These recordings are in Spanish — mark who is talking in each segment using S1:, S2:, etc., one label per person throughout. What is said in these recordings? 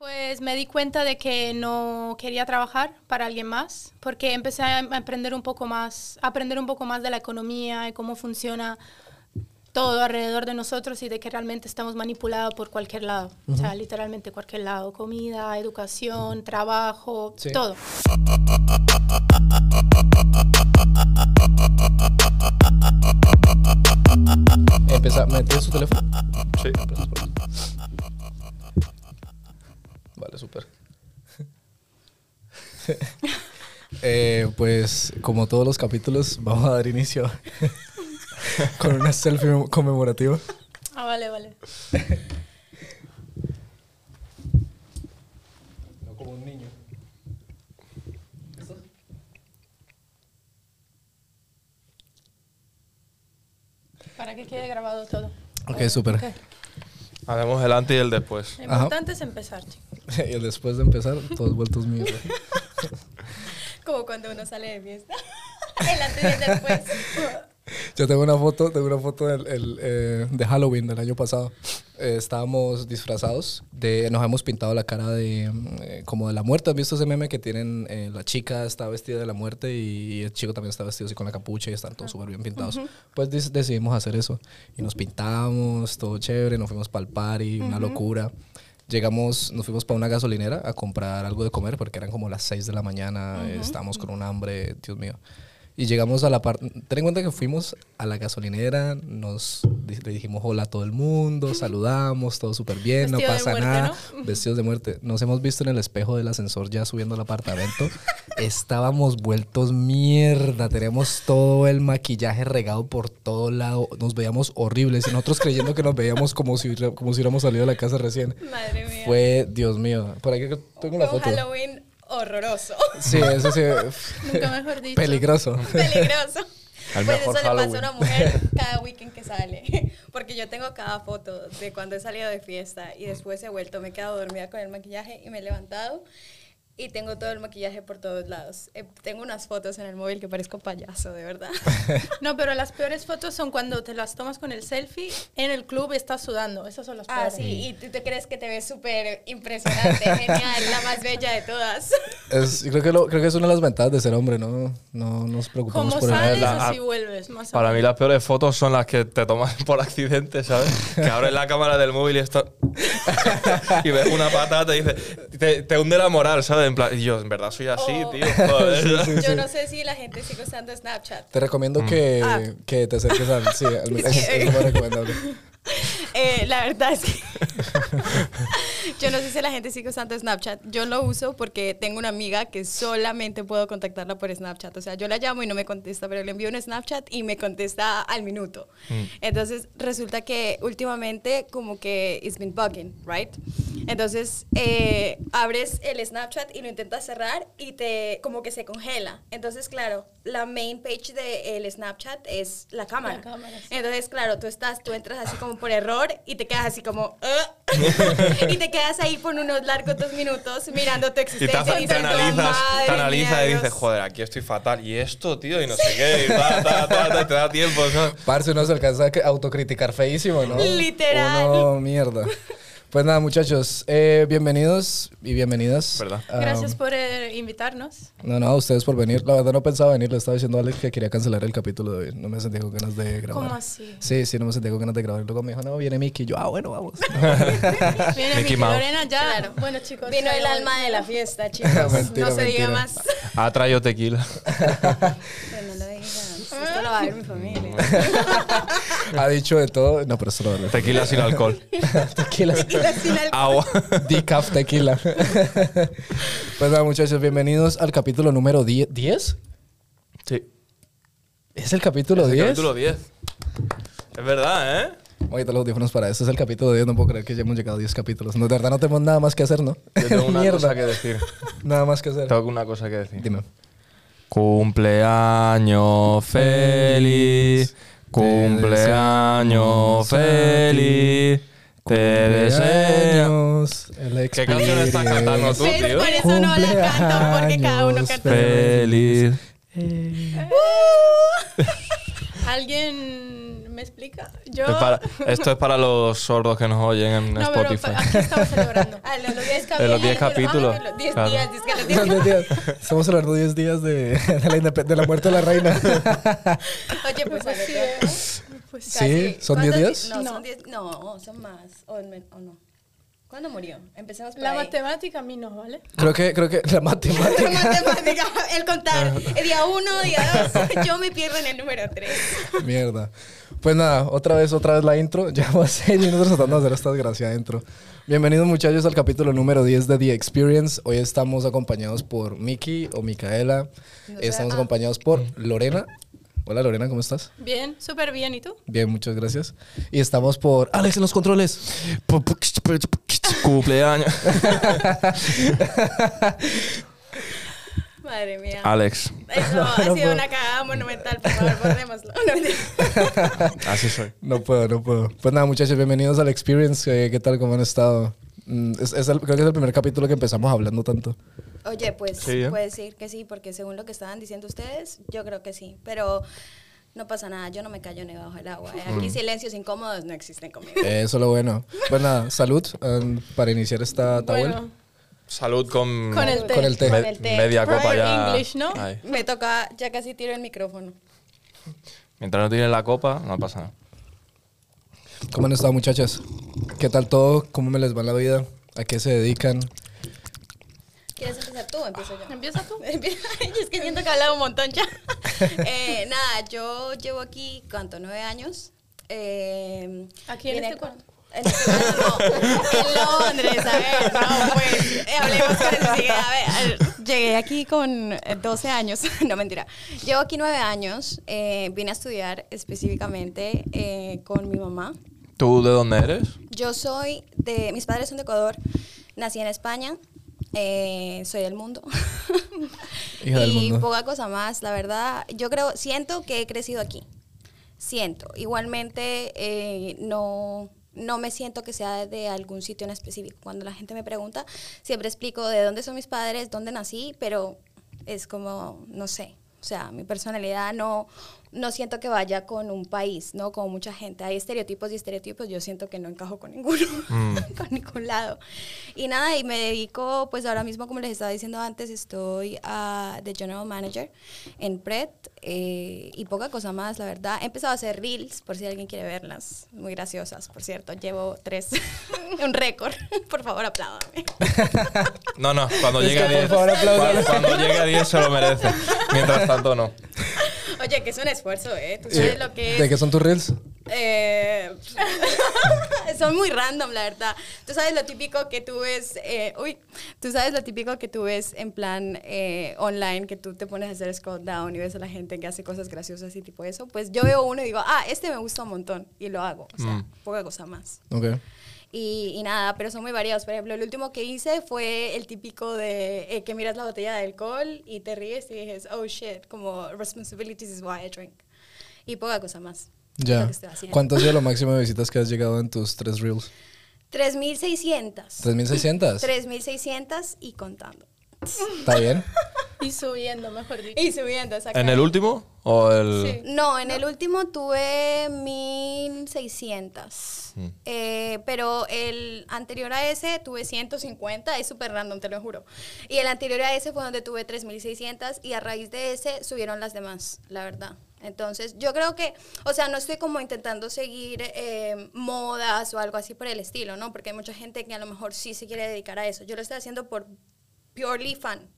S1: Pues me di cuenta de que no quería trabajar para alguien más porque empecé a aprender un poco más, a aprender un poco más de la economía y cómo funciona todo alrededor de nosotros y de que realmente estamos manipulados por cualquier lado. O sea, literalmente cualquier lado. Comida, educación, trabajo,
S2: Sí.
S1: todo.
S2: Empezar, ¿Metes su teléfono?
S3: Sí.
S2: Gracias por- Vale, súper. Eh, pues como todos los capítulos, vamos a dar inicio con una selfie conmemorativa.
S1: Ah, vale, vale.
S2: como un niño.
S1: Para que quede grabado todo.
S2: Ok, súper.
S1: Ok.
S3: Hagamos el antes y el después.
S1: Lo
S2: Ajá.
S1: importante es empezar, chicos.
S2: y después de empezar, todos vueltos míos.
S4: Como cuando uno sale de fiesta. El antes y el después.
S2: Yo tengo una foto, tengo una foto del, el, eh, de Halloween del año pasado. Eh, estábamos disfrazados, de, nos hemos pintado la cara de mm, eh, como de la muerte. ¿Has visto ese meme que tienen? eh, la chica está vestida de la muerte y, el chico también está vestido así con la capucha y están todos súper bien pintados. Pues dec- decidimos hacer eso y nos pintamos, todo chévere, nos fuimos para el party, una locura. Llegamos, nos fuimos para una gasolinera a comprar algo de comer porque eran como las 6 de la mañana, eh, estábamos con un hambre, Dios mío. Y llegamos a la parte. Ten en cuenta que fuimos a la gasolinera, nos di- le dijimos hola a todo el mundo, saludamos, todo súper bien, no
S1: Vestido de
S2: pasa
S1: muerte,
S2: nada. Vestidos de muerte. Nos hemos visto en el espejo del ascensor ya subiendo al apartamento. Estábamos vueltos mierda, teníamos todo el maquillaje regado por todo lado, nos veíamos horribles y nosotros creyendo que nos veíamos como si, hubiera- como si hubiéramos salido de la casa recién.
S4: Madre mía. Fue
S2: Fue, Dios mío, por aquí tengo la
S4: un
S2: foto.
S4: Halloween horroroso.
S2: Sí, eso sí,
S1: Nunca mejor dicho.
S2: peligroso.
S4: Peligroso.
S3: Al
S4: pues
S3: mejor
S4: eso le
S3: Halloween.
S4: pasa a una mujer cada weekend que sale. Porque yo tengo cada foto de cuando he salido de fiesta y después he vuelto, me he quedado dormida con el maquillaje y me he levantado y tengo todo el maquillaje por todos lados. Eh, tengo unas fotos en el móvil que parezco payaso, de verdad.
S1: No, pero las peores fotos son cuando te las tomas con el selfie en el club y estás sudando. Esas son las
S4: Ah,
S1: peores.
S4: sí, y tú te crees que te ves súper impresionante, genial, la más bella de todas.
S2: Es- yo creo, que lo- creo que es una de las ventajas de ser hombre, ¿no? No nos preocupamos
S1: Como
S2: por el
S1: sales,
S3: verdad.
S1: así vuelves. Más o
S3: Para
S1: menos.
S3: mí las peores fotos son las que te tomas por accidente, ¿sabes? Que abres la cámara del móvil y está... y ves una patata y dices... Te, te hunde la moral, ¿sabes? En plan, y yo, en verdad soy así,
S4: Oh.
S3: tío. Joder.
S4: Yo no sé si la gente sigue usando Snapchat.
S2: Te recomiendo
S3: Mm.
S2: que,
S4: Ah.
S2: que te acerques al. Sí, al-
S4: Es
S2: es,
S4: que-
S2: es lo más recomendable.
S4: Eh, la verdad es que yo no sé si la gente sigue usando Snapchat. Yo lo uso porque tengo una amiga que solamente puedo contactarla por Snapchat. O sea, yo la llamo y no me contesta, pero le envío un Snapchat y me contesta al minuto. Entonces, resulta que últimamente como que it's been bugging, right? Entonces, eh, abres el Snapchat y lo intentas cerrar y te como que se congela. Entonces, claro, la main page del Snapchat es la cámara.
S1: La cámara, sí.
S4: Entonces, claro, tú estás, tú entras así como por error y te quedas así como "Ah". y te quedas ahí por unos largos dos minutos mirando tu
S3: Y te,
S4: existencia
S3: hace- te
S4: diciendo,
S3: analizas,
S4: "Madre
S3: te
S4: mía,
S3: analizas y
S4: Dios".
S3: dices, joder, aquí estoy fatal. Y esto, tío, y no sé qué. Y ta, ta, ta, ta, te da tiempo, ¿sabes?
S2: Parce, uno se alcanza a que- autocriticar feísimo, ¿no?
S4: Literal.
S2: No, mierda. Pues nada, muchachos, eh, bienvenidos y bienvenidas.
S3: Verdad.
S2: Ah,
S1: Gracias
S3: Um,
S1: por eh, invitarnos.
S2: No, no, a ustedes por venir. La verdad no pensaba venir, le estaba diciendo a Alex que quería cancelar el capítulo de hoy. No me sentí con ganas de grabar.
S1: ¿Cómo así?
S2: Sí, sí, no me sentí con ganas de grabar. Luego me dijo, no, viene Mickey. Yo, ah, bueno, vamos.
S1: Viene
S3: Mickey
S1: Miki
S3: Mouse.
S1: Lorena ya.
S4: Claro.
S1: Bueno, chicos.
S4: Vino
S1: ya
S4: el
S1: voy.
S4: alma de la fiesta, chicos.
S2: Mentira,
S4: no se
S2: mentira.
S4: diga más.
S3: Ha traído tequila.
S4: Pero no lo digas. Esto lo va a ver mi familia.
S2: ha dicho de todo. No, pero eso lo vale.
S3: Tequila sin alcohol.
S2: Tequila.
S3: Agua.
S2: Decaf tequila. pues nada, muchachos, bienvenidos al capítulo número 10. ¿10?
S3: Sí.
S2: ¿Es el capítulo 10?
S3: Capítulo 10. Es verdad, ¿eh?
S2: Oye, te los audífonos para esto. Es el capítulo 10. No puedo creer que ya hemos llegado a 10 capítulos. No, de verdad no tenemos nada más que hacer, ¿no?
S3: Yo tengo una
S2: Mierda.
S3: cosa que decir.
S2: Nada más que hacer.
S3: Tengo una cosa que decir.
S2: Dime.
S3: Cumpleaños feliz, cumpleaños feliz, te deseo.
S2: Cumpleaños, el
S3: ¿Qué canción estás
S2: experience.
S3: cantando tú,
S4: ¿Ves?
S3: tío?
S4: Por eso no la canto, porque cada uno
S2: Cumpleaños
S4: canta.
S2: feliz.
S3: Feliz.
S1: ¿Alguien me explica? Yo.
S3: Es para- esto es para los sordos que nos oyen en
S1: no, pero
S3: Spotify.
S1: aquí estamos celebrando.
S4: Ah, los 10
S3: En los 10 capítulos.
S4: los 10
S3: claro.
S4: días, es que los 10
S2: Los 10 días. Estamos hablando de 10 días de, de la, independ- de la muerte de la reina.
S4: Oye, pues
S1: Pues
S4: así
S1: sí, ¿eh? Pues
S2: Sí.
S4: Casi.
S2: ¿Son diez
S4: ¿Cuántos
S2: días?
S4: di- No,
S1: No.
S4: son 10. No, son más. O, en men- o no. ¿Cuándo murió? Empecemos por
S1: La
S4: ahí.
S1: matemática a mí no, ¿vale?
S2: Creo que, creo que la matemática.
S4: La matemática, el contar. El día 1, día 2. Yo me pierdo en el número 3.
S2: Mierda. Pues nada, otra vez, otra vez la intro. Llevamos 6 minutos tratando de hacer esta desgracia intro. Bienvenidos muchachos al capítulo número 10 de The Experience. Hoy estamos acompañados por Miki o Micaela. Estamos acompañados por Lorena. Hola Lorena, ¿cómo estás?
S1: Bien, súper bien. ¿Y tú?
S2: Bien, muchas gracias. Y estamos por Alex en los controles.
S3: Cumpleaños.
S4: Madre mía.
S3: Alex.
S4: Eso ha sido una cagada monumental. Por favor, borrémoslo. No, mentira.
S3: Así soy.
S2: No puedo, no puedo. Pues nada, muchachos, bienvenidos al Experience. Eh, ¿Qué tal? ¿Cómo han estado? Mm, es- es el- creo que es el primer capítulo que empezamos hablando tanto.
S4: Oye, pues
S3: Sí, ¿eh?
S4: puede decir que sí, porque según lo que estaban diciendo ustedes, yo creo que sí. Pero no pasa nada, yo no me callo ni bajo el agua. ¿eh? Aquí silencios incómodos no existen conmigo.
S2: Eh, Eso es lo bueno. Pues nada, salud um, para iniciar esta tabla.
S1: Bueno,
S3: Salud con,
S1: con el té.
S2: Con el té.
S3: me-
S4: Con el té.
S3: media copa
S1: Proper
S3: ya.
S1: English, ¿no?
S3: Ahí.
S4: Me toca, ya casi tiro el micrófono.
S3: Mientras no tienes la copa, no pasa nada.
S2: ¿Cómo han estado, muchachas? ¿Qué tal todo? ¿Cómo me les va la vida? ¿A qué se dedican?
S4: ¿Quieres empezar tú o empiezo yo?
S1: ¿Empieza tú?
S4: Ay, es que siento que he hablado un montón ya. Eh, nada, yo llevo aquí, ¿cuánto? Nueve años. Eh,
S1: ¿Aquí en
S4: vine
S1: este
S4: con-
S1: cuarto?
S4: en este cuarto no, en Londres, a ver, no, pues, eh, hablemos con el sigue, a ver, a ver, llegué aquí con eh, 12 años, no, mentira, llevo aquí nueve años, eh, vine a estudiar específicamente eh, con mi mamá,
S3: ¿Tú de dónde eres?
S4: yo soy de. Mis padres son de Ecuador. Nací en España. eh, soy del mundo.
S2: Hija del
S4: y
S2: mundo.
S4: poca cosa más, la verdad. Yo creo, siento que he crecido aquí. Siento. Igualmente, eh, no. No me siento que sea de algún sitio en específico. Cuando la gente me pregunta, siempre explico de dónde son mis padres, dónde nací, pero es como, no sé. O sea, mi personalidad no, no siento que vaya con un país, ¿no? Como mucha gente. Hay estereotipos y estereotipos. Yo siento que no encajo con ninguno,
S2: Mm.
S4: con ningún lado. Y nada, y me dedico, pues ahora mismo, como les estaba diciendo antes, estoy ah, de General Manager en Pret eh, y poca cosa más, la verdad. He empezado a hacer reels, por si alguien quiere verlas. Muy graciosas, por cierto. Llevo tres. un récord. por favor, apláudame.
S3: No, no, cuando
S2: Es que,
S3: llegue a
S2: por
S3: 10.
S2: favor, apláudale.
S3: Cuando, cuando llegue a 10 se lo merece. Mientras tanto, no.
S4: Oye, que es un esfuerzo, ¿eh? Tú
S2: Eh,
S4: sabes lo que es.
S2: ¿De qué son tus reels?
S4: Eh, son muy random, la verdad. Tú sabes lo típico que tú ves, eh, uy, tú sabes lo típico que tú ves en plan eh, online, que tú te pones a hacer scroll down y ves a la gente que hace cosas graciosas y tipo eso. Pues yo veo uno y digo, ah, este me gusta un montón y lo hago. O sea,
S2: Mm.
S4: poca cosa más.
S2: Ok.
S4: Y, y nada, pero son muy variados. Por ejemplo, el último que hice fue el típico de eh, que miras la botella de alcohol y te ríes y dices, oh shit, como responsibilities is why I drink. Y poca cosa más. Es lo
S2: Ya.
S4: que estoy haciendo.
S2: ¿Cuánto ha sido lo máximo de visitas que has llegado en tus tres reels?
S4: 3.600.
S2: 3.600.
S4: 3.600 y contando.
S2: ¿Está bien?
S1: Y subiendo, mejor dicho.
S4: Y subiendo, exacto.
S3: ¿En el último? ¿O el.?
S1: Sí.
S4: No, en el último tuve 1.600.
S2: Mm.
S4: Eh, pero el anterior a ese tuve 150. Es súper random, te lo juro. Y el anterior a ese fue donde tuve 3.600 y a raíz de ese subieron las demás, la verdad. Entonces, yo creo que, o sea, no estoy como intentando seguir eh, modas o algo así por el estilo, ¿no? Porque hay mucha gente que a lo mejor sí se quiere dedicar a eso. Yo lo estoy haciendo por purely fan.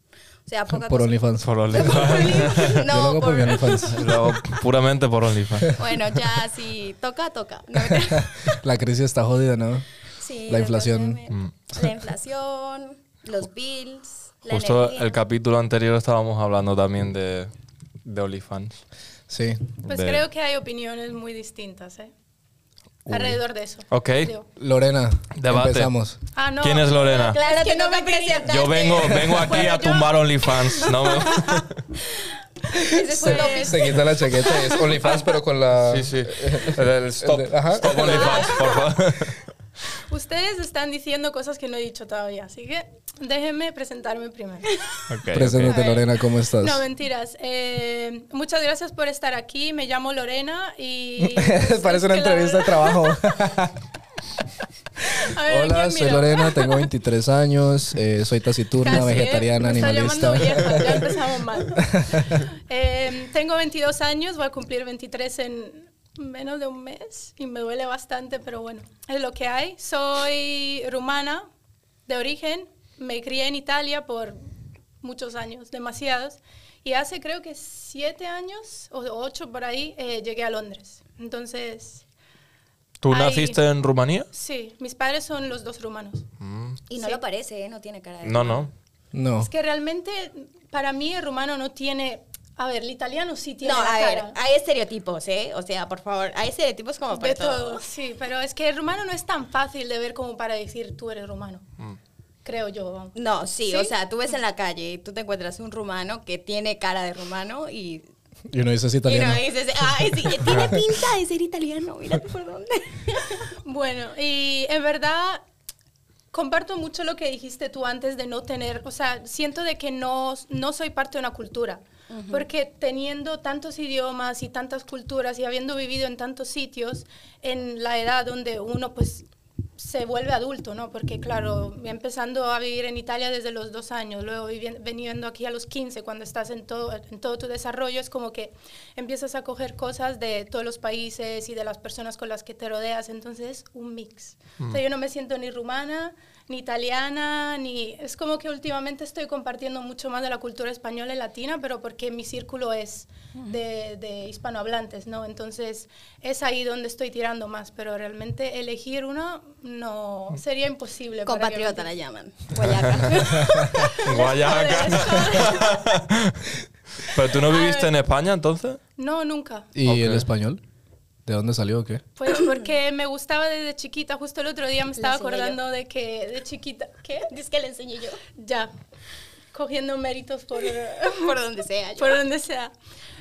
S4: O sea, poca
S2: Por
S4: cosa.
S2: OnlyFans.
S3: Por
S4: Por
S3: OnlyFans.
S2: Yo
S4: OnlyFans.
S2: lo
S4: No,
S2: hago por mi
S4: por-
S2: OnlyFans.
S3: Lo hago puramente por OnlyFans.
S4: Bueno, ya si toca, toca. No, mentira.
S2: la crisis está jodida, ¿no?
S4: Sí,
S2: La inflación.
S4: desgraciadamente. La inflación, los bills, la
S3: Justo
S4: energía.
S3: el capítulo anterior estábamos hablando también de, de OnlyFans.
S2: Sí.
S1: Pues
S3: De-
S1: creo que hay opiniones muy distintas, ¿eh? Alrededor de eso.
S3: Ok.
S1: Digo.
S2: Lorena,
S3: Debate.
S2: empezamos.
S1: Ah, no.
S3: ¿Quién es Lorena?
S4: Claro,
S1: Es que este
S4: que no
S1: no
S4: me
S1: me
S4: presentaste.
S3: Yo vengo, vengo aquí
S1: Bueno,
S3: a
S1: yo-
S3: tumbar OnlyFans. No me-
S4: Ese fue el topic.
S2: Se quita la chaqueta. Es OnlyFans, pero con la...
S3: Sí, sí. El, el stop.
S2: El de- ajá.
S3: Stop OnlyFans, por favor.
S1: Ustedes están diciendo cosas que no he dicho todavía, así que déjenme presentarme primero.
S3: Ok, ok.
S2: Preséntate,
S1: A ver.
S2: Lorena, ¿cómo estás?
S1: No, mentiras. Eh, muchas gracias por estar aquí. Me llamo Lorena y...
S2: Parece una
S1: es que la
S2: entrevista de
S1: verdad-
S2: trabajo.
S1: A ver, ¿a
S2: Hola,
S1: quién
S2: soy
S1: miro?
S2: Lorena, tengo 23 años, eh, soy taciturna,
S1: Casi, ¿eh?
S2: vegetariana,
S1: Me está
S2: animalista.
S1: llamando vieja, ya empezamos mal. Eh, tengo 22 años, voy a cumplir 23 en menos de un mes y me duele bastante, pero bueno, es lo que hay. Soy rumana de origen, me crié en Italia por muchos años, demasiados, y hace creo que siete años o ocho por ahí eh, llegué a Londres. Entonces,
S3: ¿Tú
S1: Ay.
S3: naciste en Rumanía?
S1: sí, mis padres son los dos rumanos.
S4: Y no lo parece, ¿eh? no tiene cara de...
S3: No, no.
S2: No.
S1: Es que realmente para mí el rumano no tiene... A ver, el italiano sí tiene...
S4: No,
S1: la
S4: a ver,
S1: cara.
S4: hay estereotipos, ¿eh? O sea, por favor, hay estereotipos como para
S1: De
S4: todo.
S1: todo, sí, pero es que el rumano no es tan fácil de ver como para decir tú eres rumano. Creo yo, vamos.
S4: No, sí,
S1: ¿Sí?
S4: o sea, tú ves en la calle y tú te encuentras un rumano que tiene cara de rumano y,
S2: Y uno dice es
S4: y no
S2: italiano.
S4: dices, ay, sí, tiene pinta de ser italiano, mírate por dónde.
S1: Bueno, y en verdad comparto mucho lo que dijiste tú antes de no tener, o sea, siento de que no, no soy parte de una cultura, porque teniendo tantos idiomas y tantas culturas y habiendo vivido en tantos sitios, en la edad donde uno pues se vuelve adulto, ¿no? Porque claro, empezando a vivir en Italia desde los dos años, luego vivi- viniendo aquí a los 15, cuando estás en todo, en todo tu desarrollo, es como que empiezas a coger cosas de todos los países y de las personas con las que te rodeas, entonces un mix. O sea, yo no me siento ni rumana, ni italiana, ni... Es como que últimamente estoy compartiendo mucho más de la cultura española y latina, pero porque mi círculo es de, de hispanohablantes, ¿no? Entonces es ahí donde estoy tirando más, pero realmente elegir una no sería imposible. para que
S4: Compatriota
S1: me
S4: la llaman. Guayaca.
S3: Guayaca. ¿Pero tú no viviste en España entonces?
S1: No, nunca.
S2: ¿Y
S3: Ok.
S2: el español? ¿De dónde salió o qué?
S1: Pues porque me gustaba desde chiquita. Justo el otro día me estaba
S4: enseñé yo.
S1: acordando de que de chiquita... ¿Qué?
S4: Dice que le enseñé yo.
S1: Ya. Cogiendo méritos por...
S4: Por donde sea. yo.
S1: por donde sea.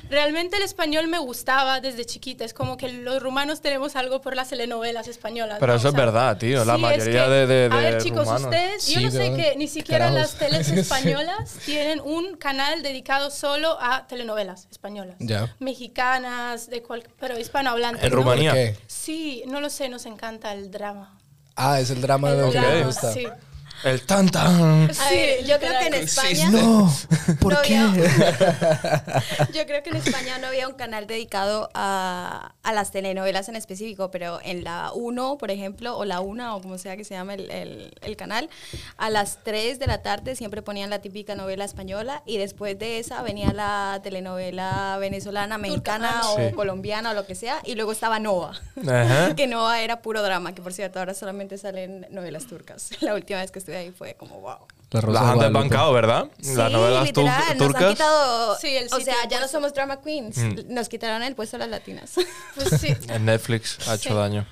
S1: Realmente el español me gustaba desde chiquita. Es como que los rumanos tenemos algo por las telenovelas españolas.
S3: Pero
S1: ¿no?
S3: eso es verdad, tío. La
S1: sí,
S3: mayoría de- de-
S1: A
S3: de
S1: ver, chicos,
S3: rumanos.
S1: ustedes, yo
S2: Sí,
S1: no sé
S2: ¿verdad?
S1: que ni siquiera las
S2: Carajos.
S1: teles
S2: Sí.
S1: españolas tienen un canal dedicado solo a telenovelas españolas.
S2: Ya.
S1: Mexicanas, de cual, pero hispanohablantes.
S3: En
S1: ¿no?
S3: Rumanía. Manía.
S2: ¿Por qué?
S1: Sí, no lo sé, nos encanta el drama.
S2: Ah, es el drama de
S1: El
S2: lo que me
S1: drama,
S2: gusta.
S1: sí.
S3: El tan tan.
S4: A ver, yo creo que en
S1: literal.
S4: España...
S2: No, ¿por
S4: No,
S2: qué?
S4: yo- Yo creo que en España no había un canal dedicado a, a las telenovelas en específico, pero en la 1, por ejemplo, o la 1, o como sea que se llame el, el- el canal, a las 3 de la tarde siempre ponían la típica novela española y después de esa venía la telenovela venezolana, mexicana
S1: Ah,
S4: o
S3: sí.
S4: colombiana o lo que sea, y luego estaba Nova.
S3: Ajá.
S4: Que Nova era puro drama, que por cierto ahora solamente salen novelas turcas. La última vez que estuve ahí fue como, wow.
S2: La Rosa
S3: Las
S2: de
S3: han
S2: Guadalupe.
S3: desbancado, ¿verdad? Las
S4: sí,
S3: novelas tur-
S4: literal, nos han
S3: turcas.
S4: quitado,
S1: Sí, el
S4: o
S1: sitio
S4: sea, ya
S1: impuesto.
S4: no somos drama queens,
S3: Mm.
S4: nos quitaron el puesto a las latinas.
S1: Pues sí.
S3: En Netflix ha hecho
S1: Sí.
S3: daño.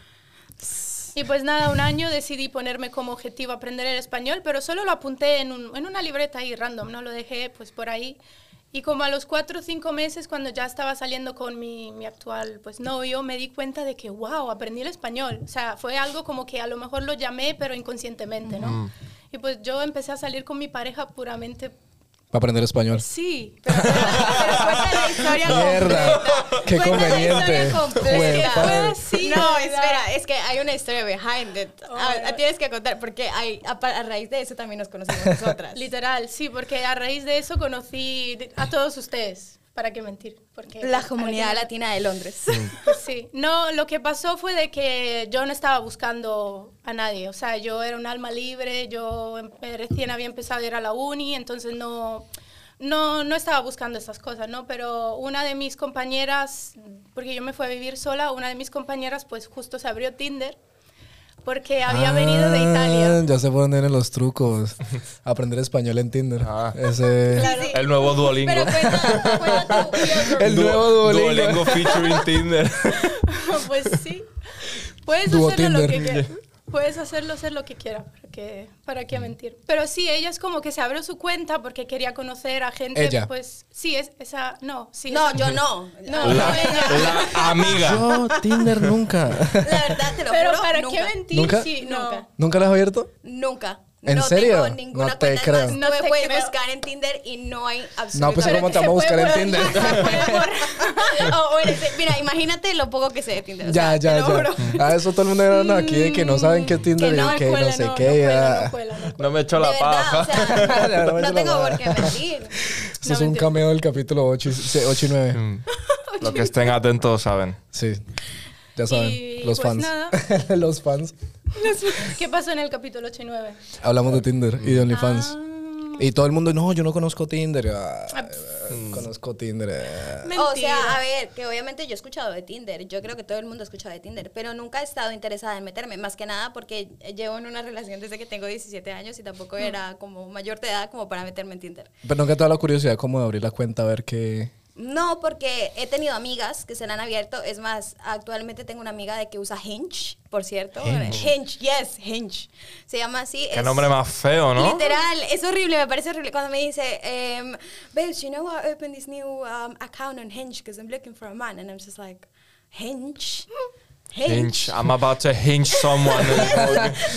S1: Y pues nada, un año decidí ponerme como objetivo aprender el español, pero solo lo apunté en, un- en una libreta ahí random, ¿no? Lo dejé pues por ahí. Y como a los cuatro o cinco meses, cuando ya estaba saliendo con mi, mi actual pues novio, me di cuenta de que, wow, aprendí el español. O sea, fue algo como que a lo mejor lo llamé, pero inconscientemente, ¿no? Y pues yo empecé a salir con mi pareja puramente,
S2: Para aprender español.
S1: sí, pero, pero cuenta la historia
S2: Mierda,
S1: completa.
S2: qué
S1: Cuenta la historia
S2: conveniente.
S1: completa.
S2: Jue
S1: Es que fue
S2: padre.
S1: así,
S4: no,
S1: ¿verdad?
S4: espera, es que hay una historia behind it. A-
S1: Oh, my God.
S4: tienes que contar, porque hay, a, pa- a raíz de eso también nos conocimos nosotras.
S1: Literal, sí, porque a raíz de eso conocí de- a todos ustedes. ¿Para qué mentir? Porque
S4: la comunidad latina de Londres.
S2: Mm.
S1: Pues sí. No, lo que pasó fue de que yo no estaba buscando a nadie. O sea, yo era un alma libre, yo em- eh, recién había empezado a ir a la uni, entonces no, no, no estaba buscando esas cosas, ¿no? Pero una de mis compañeras, porque yo me fui a vivir sola, una de mis compañeras pues justo se abrió Tinder porque había
S2: Ah,
S1: venido de Italia.
S2: Ya sé por dónde vienen los trucos. Aprender español en Tinder.
S3: Ah.
S2: Ese.
S4: Sí.
S3: El nuevo Duolingo.
S4: Pero cuenta, cuenta tú, Piotr.
S2: El nuevo Duolingo.
S3: Duolingo featuring Tinder.
S1: pues sí. Puedes
S2: Dúo
S1: hacerlo lo que
S2: Tinder.
S1: quieras. Puedes hacerlo hacer lo que quiera, ¿para qué, para qué mentir? Pero sí, ella es como que se abrió su cuenta porque quería conocer a gente,
S2: Ella.
S1: pues sí, es esa, no, sí.
S4: No,
S1: esa-
S4: yo no.
S1: No, no,
S3: La,
S1: ella.
S3: la amiga.
S2: Yo, Tinder nunca.
S4: La verdad, te lo
S1: Pero
S4: juro,
S1: ¿para
S4: nunca.
S1: qué mentir?
S2: ¿Nunca?
S1: Sí,
S4: Nunca.
S1: no.
S2: ¿Nunca la has abierto?
S4: Nunca.
S2: ¿En
S4: no
S2: serio?
S4: Tengo ninguna
S2: No te
S4: cuenta, es más,
S2: creo.
S1: No
S4: No me
S1: te
S4: puedes
S1: creo.
S4: buscar en Tinder y no hay absolutamente
S2: No, pues, ¿cómo te vamos a
S1: Se
S2: buscar en
S1: puede
S2: Tinder?
S1: borrar, se puede borrar.
S4: Oh, bueno, sí, mira, imagínate lo poco que sé de Tinder. o
S2: Ya,
S4: sea,
S2: ya,
S4: te lo
S2: ya.
S4: juro.
S2: A eso todo el mundo era aquí de que no saben qué Tinder
S1: Que no,
S2: y que no
S1: cuela,
S2: sé
S1: no,
S2: qué.
S1: no cuela,
S2: ah.
S1: no cuela, no
S3: No me echó
S4: De
S3: la
S4: verdad,
S3: paja.
S4: o sea,
S2: Ya, no me
S4: no
S2: hizo la
S4: tengo
S2: paja.
S4: por qué mentir.
S2: Eso es un
S1: mentira.
S2: cameo del capítulo 8 y 9.
S3: Mm. Los que estén atentos saben.
S2: Sí. Ya saben,
S1: Y,
S2: los
S1: pues,
S2: fans.
S1: nada.
S2: los fans.
S1: cuela. ¿Qué pasó en el capítulo 8 y 9?
S2: Hablamos de Tinder y de OnlyFans.
S1: Ah,
S2: Y todo el mundo, no, yo no conozco Tinder. Ah,
S1: Ah, pff.
S2: conozco Tinder. ah.
S1: mentira.
S4: O sea, a ver, que obviamente yo he escuchado de Tinder, yo creo que todo el mundo ha escuchado de Tinder, pero nunca he estado interesada en meterme, más que nada porque llevo en una relación desde que tengo 17 años y tampoco era como mayor de edad como para meterme en Tinder.
S2: Pero nunca te da la curiosidad como de abrir la cuenta a ver qué.
S4: No, porque he tenido amigas que se la han abierto. Es más, actualmente tengo una amiga de que usa Hinge, por cierto.
S3: Hinge.
S4: Hinge, yes, Hinge. Se llama así.
S3: Qué
S4: es-
S3: nombre más feo, ¿no?
S4: Literal, es horrible, me parece horrible cuando me dice, em, babes, you know I opened this new um, account on Hinge because I'm looking for a man, and I'm just like, Hinge,
S3: Hinge. I'm about to hinge someone.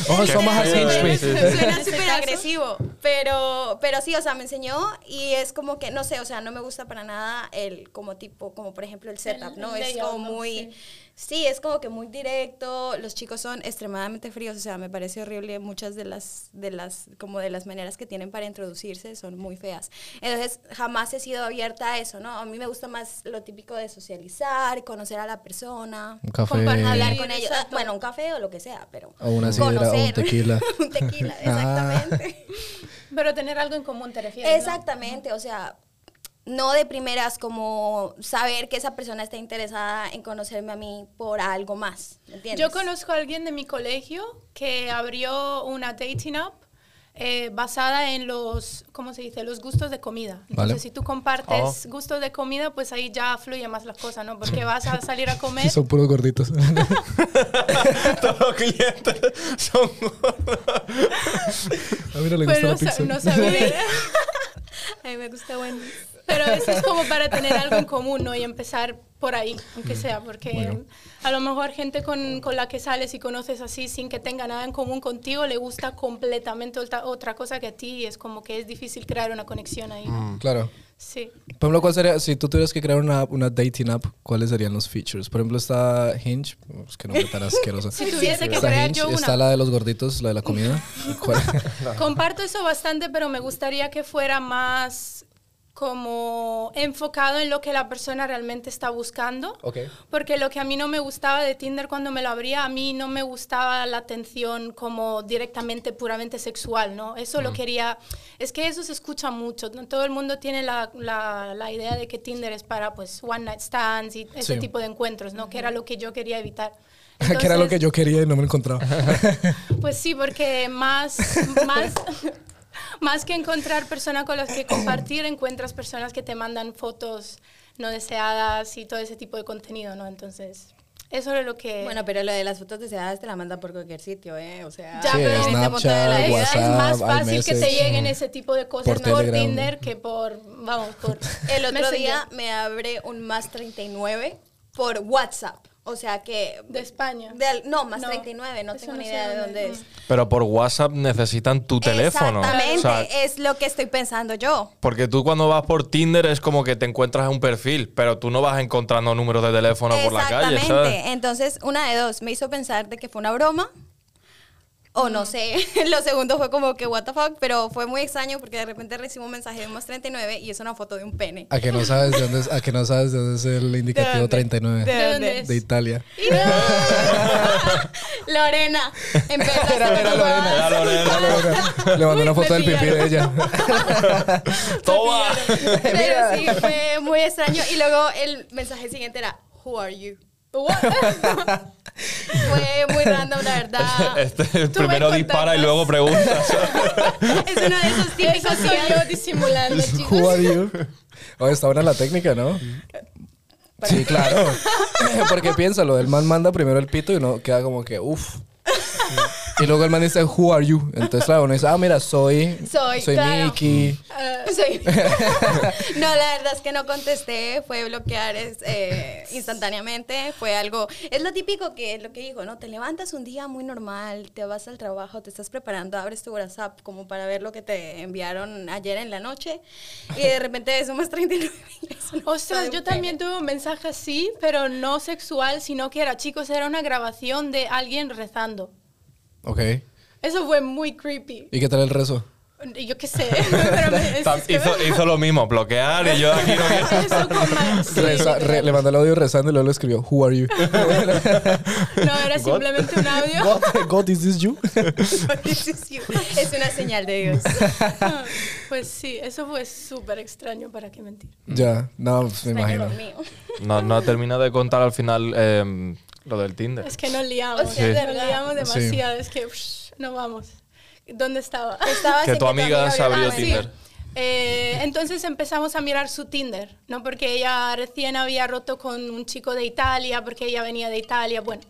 S2: Oh,
S3: Qué
S2: somos a
S3: feo,
S2: hinge,
S3: eh.
S2: please.
S3: Sí, sí, sí.
S1: En
S4: Suena
S1: este
S4: súper
S1: caso.
S4: agresivo, pero, pero sí, o sea, me enseñó y es como que, no sé, o sea, no me gusta para nada el como tipo, como por ejemplo el setup,
S1: El
S4: ¿no? Es
S1: layout,
S4: como
S1: ¿no?
S4: muy, sí, es como que muy directo, los chicos son extremadamente fríos, o sea, me parece horrible muchas de las, de las, como de las maneras que tienen para introducirse son muy feas. Entonces, jamás he sido abierta a eso, ¿no? A mí me gusta más lo típico de socializar, conocer a la persona.
S2: Un café.
S1: Compartir.
S4: Hablar con ellos,
S1: Exacto.
S4: bueno, un café o lo que sea, pero
S2: Eh, O una sidra, o un
S4: conocer.
S2: tequila.
S4: un tequila,
S2: Ah.
S4: exactamente.
S1: Pero tener algo en común, te refieres. ¿no?
S4: Exactamente, o sea, no de primeras como saber que esa persona está interesada en conocerme a mí por algo más, ¿me ¿entiendes?
S1: Yo conozco a alguien de mi colegio que abrió una dating app eh, basada en los, ¿cómo se dice? Los gustos de comida. Entonces,
S2: Vale. Oh.
S1: si tú compartes gustos de comida, pues ahí ya fluye más las cosas, ¿no? Porque vas a salir a
S2: Sí,
S1: comer.
S2: son puros gorditos.
S3: Todos los clientes son gordos.
S2: A mira, le gusta
S1: Pero
S2: la
S1: no, sa-
S2: pizza.
S1: no sabe-
S4: A mí me gusta Wendy's.
S1: Pero eso es como para tener algo en común, ¿no? Y empezar por ahí, aunque sea, porque
S2: Mm. Bueno.
S1: a lo mejor gente con, con la que sales y conoces así sin que tenga nada en común contigo le gusta completamente otra, otra cosa que a ti y es como que es difícil crear una conexión ahí. ¿no?
S2: Claro.
S1: Sí.
S2: Por ejemplo, ¿cuál sería, si tú tuvieras que crear una, app- una dating app, cuáles serían los features? Por ejemplo, está Hinge, pues, que nombre tan asqueroso.
S1: Si tuviese que
S2: Está
S1: crear
S2: Hinge,
S1: yo una.
S2: está la de los gorditos, la de la comida. ¿Cuál?
S1: Comparto eso bastante, pero me gustaría que fuera más como enfocado en lo que la persona realmente está buscando.
S2: Ok.
S1: Porque lo que a mí no me gustaba de Tinder cuando me lo abría, a mí no me gustaba la atención como directamente puramente sexual, ¿no? Eso
S2: Mm.
S1: lo quería... Es que eso se escucha mucho. ¿no? Todo el mundo tiene la, la- la idea de que Tinder es para, pues, one night stands y ese
S2: Sí.
S1: tipo de encuentros, ¿no? Que era lo que yo quería evitar.
S2: que era lo
S1: Entonces-
S2: que yo quería y no me encontraba.
S1: pues sí, porque más, más, más que encontrar personas con las que compartir, encuentras personas que te mandan fotos no deseadas y todo ese tipo de contenido, ¿no? Entonces, eso es lo que...
S4: Bueno, pero lo de las fotos deseadas te la mandan por cualquier sitio, ¿eh? O sea,
S1: Ya, Sí, pero en este
S2: punto de la Snapchat,
S1: es,
S2: vida-
S1: es más
S2: WhatsApp,
S1: fácil que te
S2: iMessage,
S1: lleguen ese tipo de cosas
S2: por
S1: por,
S2: Telegram.
S1: Tinder que por, vamos, por...
S4: El otro
S1: Messenger.
S4: día me abre un más 39 por WhatsApp. O sea que.
S1: De España.
S4: de al- no, más
S1: No,
S4: 39, no
S1: eso
S4: tengo
S1: no
S4: ni
S1: sé
S4: idea de
S1: dónde-
S4: dónde
S1: no.
S4: es.
S3: Pero por WhatsApp necesitan tu teléfono.
S4: Exactamente,
S3: O sea,
S4: es lo que estoy pensando yo.
S3: porque tú cuando vas por Tinder es como que te encuentras un perfil, pero tú no vas encontrando números de teléfono por la calle, ¿sabes?
S4: Exactamente. Entonces, una de dos, me hizo pensar de que fue una broma. O no sé, lo segundo fue como que what the fuck, pero fue muy extraño porque de repente recibo un mensaje de un más 39 y es una foto de un pene.
S2: A que no sabes de dónde es, a que no sabes de dónde es el indicativo 39
S1: ¿De
S2: de,
S1: dónde es?
S2: Italia.
S4: Lorena, empezaste
S2: Era
S4: tú
S2: Lorena.
S4: más.
S3: Era Lorena.
S2: Le mandó una
S1: me
S2: foto del pipí de
S1: pillaron.
S2: ella.
S3: ¡Toma!
S4: Pero sí, fue muy extraño. Y luego el mensaje siguiente era, who are you? Fue muy random, la verdad.
S3: Este, el
S1: Tú me
S3: primero dispara
S1: contactas.
S3: y luego pregunta. ¿sabes?
S4: Es uno de esos
S1: Eso
S4: típicos
S1: soy
S4: días.
S1: yo disimulando, chicos.
S2: Who are you? Oye, está buena la técnica, ¿no? Sí, claro. Porque piénsalo, el man manda primero el pito y uno queda como que, uff. Y luego el man dice, who are you? Entonces, claro, uno dice, ah, mira, soy...
S4: Soy,
S2: Soy
S4: claro.
S2: Mickey.
S1: Ah,
S4: Soy- no, la verdad es que no contesté, fue bloquear es, eh, instantáneamente, fue algo, es lo típico que es lo que dijo, ¿no? Te levantas un día muy normal, te vas al trabajo, te estás preparando, abres tu WhatsApp como para ver lo que te enviaron ayer en la noche y de repente ves un más 39. es una foto de
S1: Ostras,
S4: un
S1: yo
S4: pene.
S1: también tuve un mensaje así, pero no sexual, sino que era, chicos, era una grabación de alguien rezando.
S2: Ok.
S1: Eso fue muy creepy.
S2: ¿Y qué tal el rezo?
S1: Y Yo qué sé. pero me-
S3: Tam-
S1: es que-
S3: hizo, hizo lo mismo, bloquear y yo aquí no quiero.
S1: Eso con ma- sí,
S2: Reza- re- le mandó el audio rezando y luego lo escribió, who are you?
S1: No, era
S3: What?
S1: simplemente un audio.
S2: God, God, is this you?
S4: es una señal de Dios.
S1: Pues sí, eso fue súper extraño, ¿para qué mentir?
S2: ya, no, pues, me imagino.
S4: Extraño lo mío.
S3: No, no ha terminado de contar al final em, lo del Tinder.
S1: Es que nos liamos,
S4: O sea, es
S1: nos
S4: verdad.
S1: liamos
S2: Sí.
S1: demasiado, es que uff, no vamos. ¿Dónde estaba? Ah,
S4: Estabas
S3: Que
S4: en
S3: tu amiga se abrió
S4: violaba.
S1: Sí.
S3: Tinder.
S1: Eh, entonces empezamos a mirar su Tinder, ¿no? Porque ella recién había roto con un chico de Italia, porque ella venía de Italia, bueno.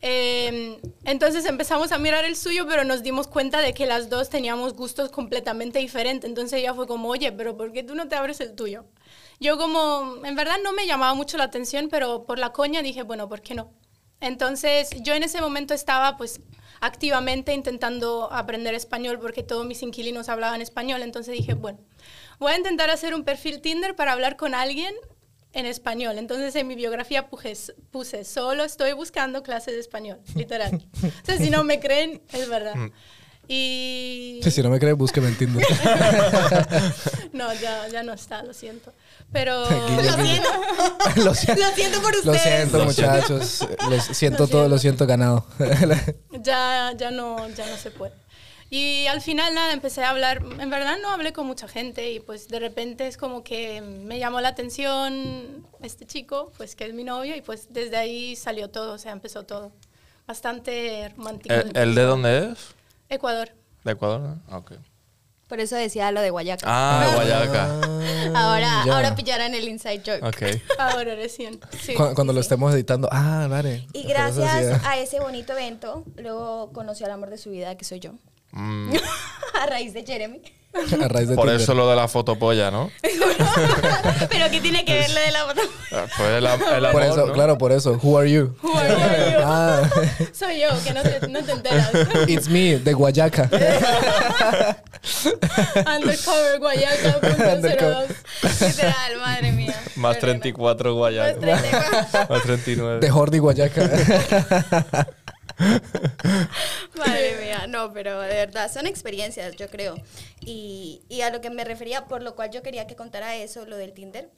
S1: Eh, entonces empezamos a mirar el suyo, pero nos dimos cuenta de que las dos teníamos gustos completamente diferentes. Entonces ella fue como, oye, pero ¿por qué tú no te abres el tuyo? Yo como, en verdad no me llamaba mucho la atención, pero por la coña dije, bueno, ¿por qué no? Entonces yo en ese momento estaba pues activamente intentando aprender español porque todos mis inquilinos hablaban español, entonces dije, bueno, voy a intentar hacer un perfil Tinder para hablar con alguien en español. Entonces en mi biografía puje- puse, solo estoy buscando clases de español, literal. o sea, si no me creen, es verdad. Y...
S2: Si no me crees, búsqueme en Tinder.
S1: No, ya, ya no está, lo siento. Pero...
S2: Guiño, guiño. Lo siento.
S4: Lo siento por
S2: Lo
S4: ustedes.
S2: siento,
S3: Lo siento.
S2: muchachos. Lo siento todo, lo siento ganado.
S1: ya, ya, no, ya no se puede. Y al final nada, empecé a hablar, en verdad no hablé con mucha gente y pues de repente es como que me llamó la atención este chico, pues que es mi novio y pues desde ahí salió todo, o sea, empezó todo. Bastante romántico.
S3: ¿El, el de dónde es?
S1: Ecuador.
S3: ¿De Ecuador? no? Ah, ok.
S4: Por eso decía lo de Guayaca.
S3: Ah, Guayaca.
S4: Ahora,
S2: Mm, ya. Ah,
S4: ahora pillarán el inside joke.
S3: Ok.
S1: Ahora recién. Sí.
S2: Cu- Cuando, lo estemos editando. Ah, vale.
S4: Y
S2: Pero eso sí,
S4: gracias
S2: ah.
S4: a ese bonito evento, luego conoció al amor de su vida, que soy yo.
S3: Mm,
S4: a raíz de Jeremy.
S2: A raíz de
S3: por
S2: Tinder.
S3: eso lo de la fotopolla, ¿no?
S4: Pero ¿qué tiene que ver lo de la foto?
S3: Ah, Pues el, am- el amor,
S2: Por eso,
S3: ¿no?
S2: claro, por eso. Who are you?
S1: Who are you?
S2: Ah,
S1: Soy yo, que no te, no te enteras.
S2: it's me, de Guayaca.
S1: Undercover Guayaca.
S2: Undercover.
S4: Literal, madre mía.
S3: Más
S4: Pero no.
S3: 34 Guayaca.
S4: Más 34.
S3: Más 39.
S2: De Jordi Guayaca.
S4: Madre mía, no, pero de verdad son experiencias, yo creo. Y, y a lo que me refería, por lo cual yo quería que contara eso, lo del Tinder.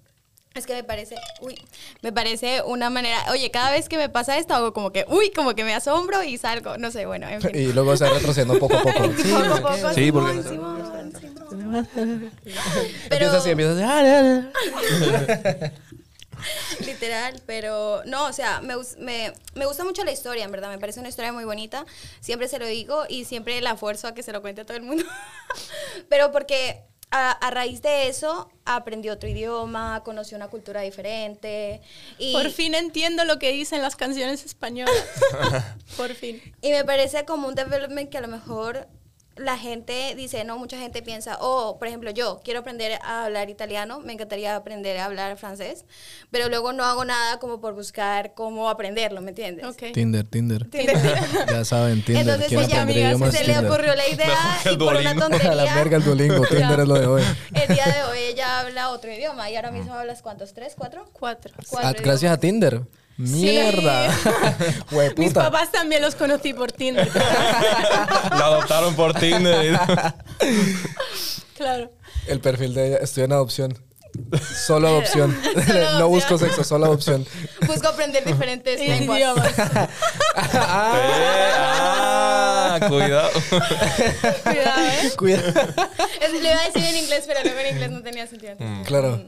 S4: Es que me parece, uy, me parece una manera, oye, cada vez que me pasa esto hago como que, uy, como que me asombro y salgo, no sé, bueno, en fin.
S2: Y luego se va retrocediendo poco a poco.
S4: Sí, poco a poco,
S3: Sí, porque-
S4: Simón, Simón, Simón.
S2: Empieza así, empieza así. ah, ah, ah.
S4: Literal, pero no, o sea, me, gus- me, me gusta mucho la historia, en verdad, me parece una historia muy bonita, siempre se lo digo y siempre la fuerzo a que se lo cuente a todo el mundo, pero porque a, a raíz de eso aprendió otro idioma, conoció una cultura diferente y,
S1: Por fin entiendo lo que dicen las canciones españolas. Por fin.
S4: y me parece como un development que a lo mejor la gente dice, no, mucha gente piensa, oh, por ejemplo, yo quiero aprender a hablar italiano, me encantaría aprender a hablar francés, pero luego no hago nada como por buscar cómo aprenderlo, ¿me entiendes?
S1: Ok.
S2: Tinder, Tinder.
S4: Tinder.
S2: Ya saben, Tinder.
S4: Entonces
S2: ¿Quién
S4: ella,
S2: aprende idiomas?
S4: se le
S2: Tinder.
S4: ocurrió la idea
S3: Mejor que el
S4: y por una
S3: Duolingo.
S2: A la verga
S4: tontería
S2: el domingo. Tinder es lo de hoy.
S4: el día de hoy ella habla otro idioma y ahora mismo hablas cuántos tres cuatro
S1: Cuatro.
S4: Cuatro
S2: Ah, gracias a Tinder. Mierda. Hueputa.
S1: Mis papás también los conocí por Tinder.
S3: La adoptaron por Tinder.
S1: claro.
S2: El perfil de ella, estoy en adopción. Solo adopción.
S4: Solo
S2: no
S4: adopción.
S2: busco sexo, solo adopción.
S4: busco aprender diferentes lenguas
S1: Idiomas.
S3: Eh, ah, cuidado.
S1: Cuidado, ¿eh?
S2: Cuida.
S4: Es- le iba a decir en inglés pero luego en inglés no tenía sentido
S2: Mm. Claro.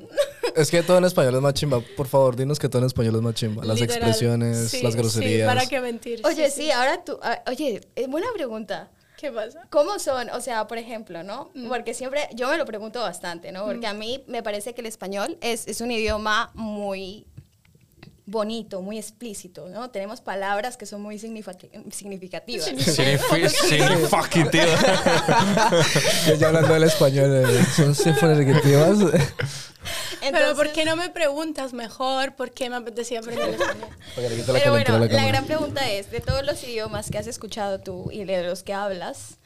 S2: Es que todo en español es más chimba. Por favor, dinos que todo en español es más chimba. Las
S1: Literal.
S2: expresiones,
S1: Sí,
S2: las
S1: Sí,
S2: groserías.
S1: para qué mentir.
S4: oye sí ahora tú ah, oye es buena pregunta
S1: ¿Qué pasa?
S4: ¿Cómo son? O sea, por ejemplo, ¿no? Porque siempre, yo me lo pregunto Mm. bastante, ¿no? Porque a mí me parece que el español es, es un idioma muy bonito, muy explícito, ¿no? Tenemos palabras que son muy significa- significativas.
S3: Signifi- significativo.
S2: Yo ya hablando el español, eh, son cifras negativas.
S1: Pero ¿por
S4: Entonces-
S1: qué no me preguntas mejor por qué me apetecía aprender el español?
S2: Porque le quito la
S4: Pero
S2: calentura
S4: bueno,
S2: a
S4: la,
S2: la cámara.
S4: gran pregunta es, de todos los idiomas que has escuchado tú y de los que hablas,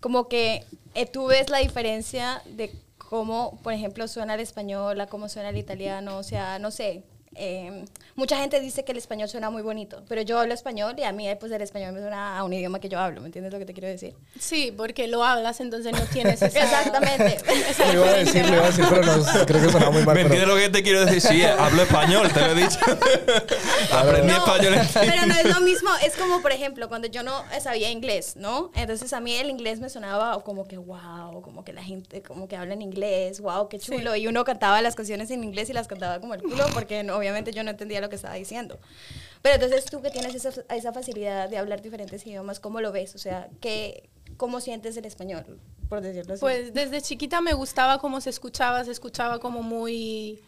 S4: como que eh, tú ves la diferencia de cómo, por ejemplo, suena el español a cómo suena el italiano, o sea, no sé. eh, mucha gente dice que el español suena muy bonito, pero yo hablo español y a mí eh, pues el español me suena a un idioma que yo hablo, ¿me entiendes lo que te quiero decir?
S1: Sí, porque lo hablas, entonces no tienes esa...
S4: Exactamente.
S1: esa
S2: Le iba a
S1: diferencia.
S2: decir, le iba a decir, pero no, creo que sonaba muy mal.
S3: ¿Me entiendes
S2: Pero,
S3: lo que te quiero decir? Sí, eh, hablo español, te lo he dicho. Aprendí
S4: No,
S3: español en ti.
S4: Pero no es lo mismo, es como por ejemplo cuando yo no sabía inglés, ¿no? Entonces a mí el inglés me sonaba como que wow, como que la gente como que habla en inglés, wow, qué chulo. Y uno cantaba las canciones en inglés y las cantaba como el culo porque no- obviamente yo no entendía lo que estaba diciendo. Pero entonces tú que tienes esa, esa facilidad de hablar diferentes idiomas, ¿cómo lo ves? O sea, ¿qué, ¿cómo sientes el español? Por decirlo así.
S1: Pues desde chiquita me gustaba cómo se escuchaba, se escuchaba como muy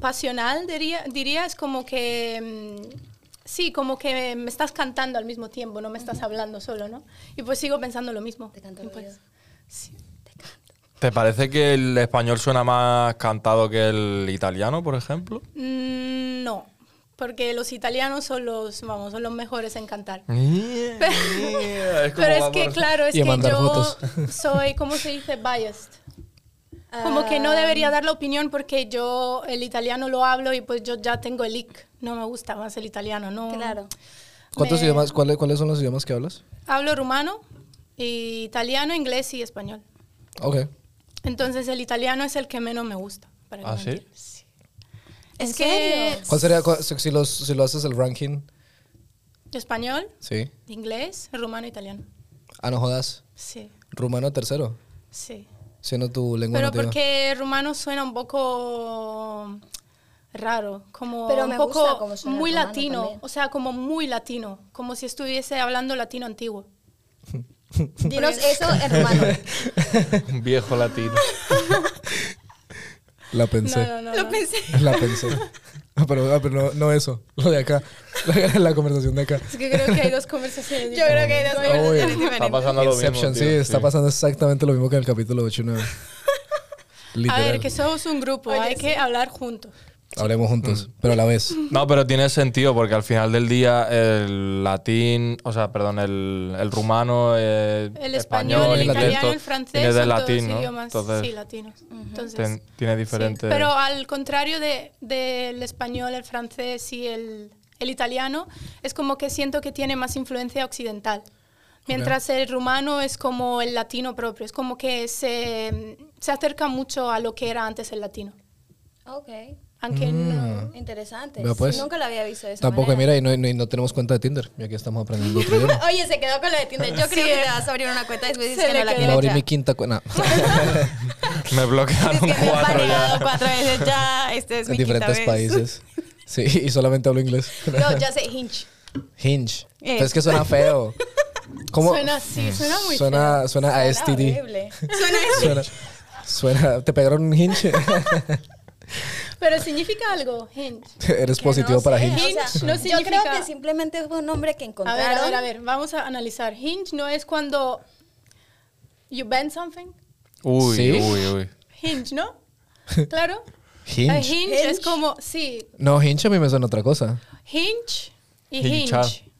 S1: pasional, diría, diría. es como que, mm, sí, como que me estás cantando al mismo tiempo, no me estás hablando solo, ¿no? Y pues sigo pensando lo mismo.
S4: Te canto
S1: Y
S4: el
S1: pues,
S4: oído.
S1: sí.
S3: ¿Te parece que el español suena más cantado que el italiano, por ejemplo?
S1: Mm, No, porque los italianos son los, vamos, son los mejores en cantar.
S3: Es como
S1: Pero es
S3: va
S1: que,
S3: por-
S1: claro, es
S2: Y a
S1: que
S2: mandar
S1: yo
S2: fotos.
S1: soy, ¿cómo se dice? Biased. Como que no
S4: Ah,
S1: debería dar la opinión porque yo el italiano lo hablo y pues yo ya tengo el ic. No me gusta más el italiano, ¿no?
S4: Claro.
S2: ¿Cuántos
S1: Me-
S2: idiomas, cuáles, cuáles son los idiomas que hablas?
S1: Hablo rumano, y italiano, inglés y español.
S2: Ok.
S1: Entonces el italiano es el que menos me gusta. Para
S3: ¿Ah,
S1: no
S3: sí?
S1: mentir. Sí. Es
S4: ¿En
S1: que
S4: serio?
S2: ¿Cuál sería, cua- si, si los, si lo haces el ranking?
S1: español,
S2: Sí.
S1: inglés, rumano, italiano.
S2: Ah, no jodas.
S1: Sí,
S2: Rumano tercero,
S1: sí.
S2: siendo tu lengua
S1: Pero
S2: nativa.
S1: porque rumano suena un poco raro, como
S4: Pero
S1: un
S4: me
S1: poco
S4: gusta cómo suena el
S1: muy
S4: rumano
S1: latino,
S4: también.
S1: o sea, como muy latino, como si estuviese hablando latino antiguo.
S4: Dinos eso en rumano.
S3: Un viejo latino.
S2: La pensé.
S1: No, no, no.
S4: Lo
S1: no.
S4: pensé.
S2: La pensé. Ah, pero, ah, pero no, no eso, lo de acá. La, la conversación de acá.
S1: Es que creo que hay dos conversaciones.
S4: Yo creo que hay dos
S2: Obvio.
S4: conversaciones
S3: Está
S4: diferentes.
S3: pasando lo mismo.
S2: Inception, sí,
S3: tío,
S2: está pasando exactamente lo mismo que en el capítulo 8 y 9.
S1: A
S2: Literal.
S1: ver, que somos un grupo,
S4: Oye,
S1: hay que hablar juntos.
S2: Hablemos juntos, pero a la vez.
S3: No, pero tiene sentido porque al final del día el latín, o sea, perdón, el, el rumano, eh,
S1: El español, el
S2: inglés,
S1: italiano,
S3: to-
S1: el francés,
S3: viene
S1: son
S3: del
S1: todos
S3: latín, ¿no?
S1: idiomas,
S3: Entonces,
S1: sí, latinos. Entonces,
S3: ten- tiene
S1: sí.
S3: diferentes...
S1: Pero al contrario de- del español, el francés y el, el italiano, es como que siento que tiene más influencia occidental. Mientras el rumano es como el latino propio, es como que se, se acerca mucho a lo que era antes el latino.
S4: Ok.
S1: Aunque no-
S4: Interesante.
S2: Mm. Vea, pues.
S4: Sí, nunca lo había visto de esa
S2: Tampoco,
S4: manera.
S2: mira, y no, y no- y no tenemos cuenta de Tinder, ya que estamos aprendiendo otro idioma.
S4: Oye, se quedó con lo de Tinder. Yo creo que te vas a abrir una cuenta y después dices
S1: Se
S4: que
S1: le
S4: no la
S1: quedó.
S2: Me abrí
S4: quieres
S2: mi
S4: ya.
S2: quinta cuenta.
S3: Me
S4: Es que
S3: bloquearon
S4: me han
S3: cuatro
S4: baneado
S3: ya.
S4: cuatro veces ya. Este es
S2: en
S4: mi quinta
S2: diferentes
S4: vez.
S2: países. Sí, y solamente hablo inglés.
S4: No, ya sé, Hinch.
S2: Hinge.
S4: Eh.
S2: Pero es que suena feo. ¿Cómo?
S1: Suena así, suena muy
S2: suena, suena a STD.
S4: Horrible. Suena
S2: Suena, suena- ¿Te pegaron un hinge?
S1: feo. Pero significa algo, hinge.
S2: Eres positivo para
S4: Hinge.
S2: hinge.
S1: Hinge no
S4: yo creo
S1: significa-
S4: que simplemente fue un nombre que
S1: A ver,
S4: encontraron.
S1: a ver, a ver, vamos a analizar. Hinge no es cuando you bend something.
S3: Uy,
S2: ¿Sí?
S3: uy, uy.
S1: Hinge, ¿no? Claro.
S2: Hinge.
S1: A hinge, es como, sí,
S2: No, hinge a mí me suena otra cosa.
S1: hinge y
S3: Hinchar.
S1: hinge.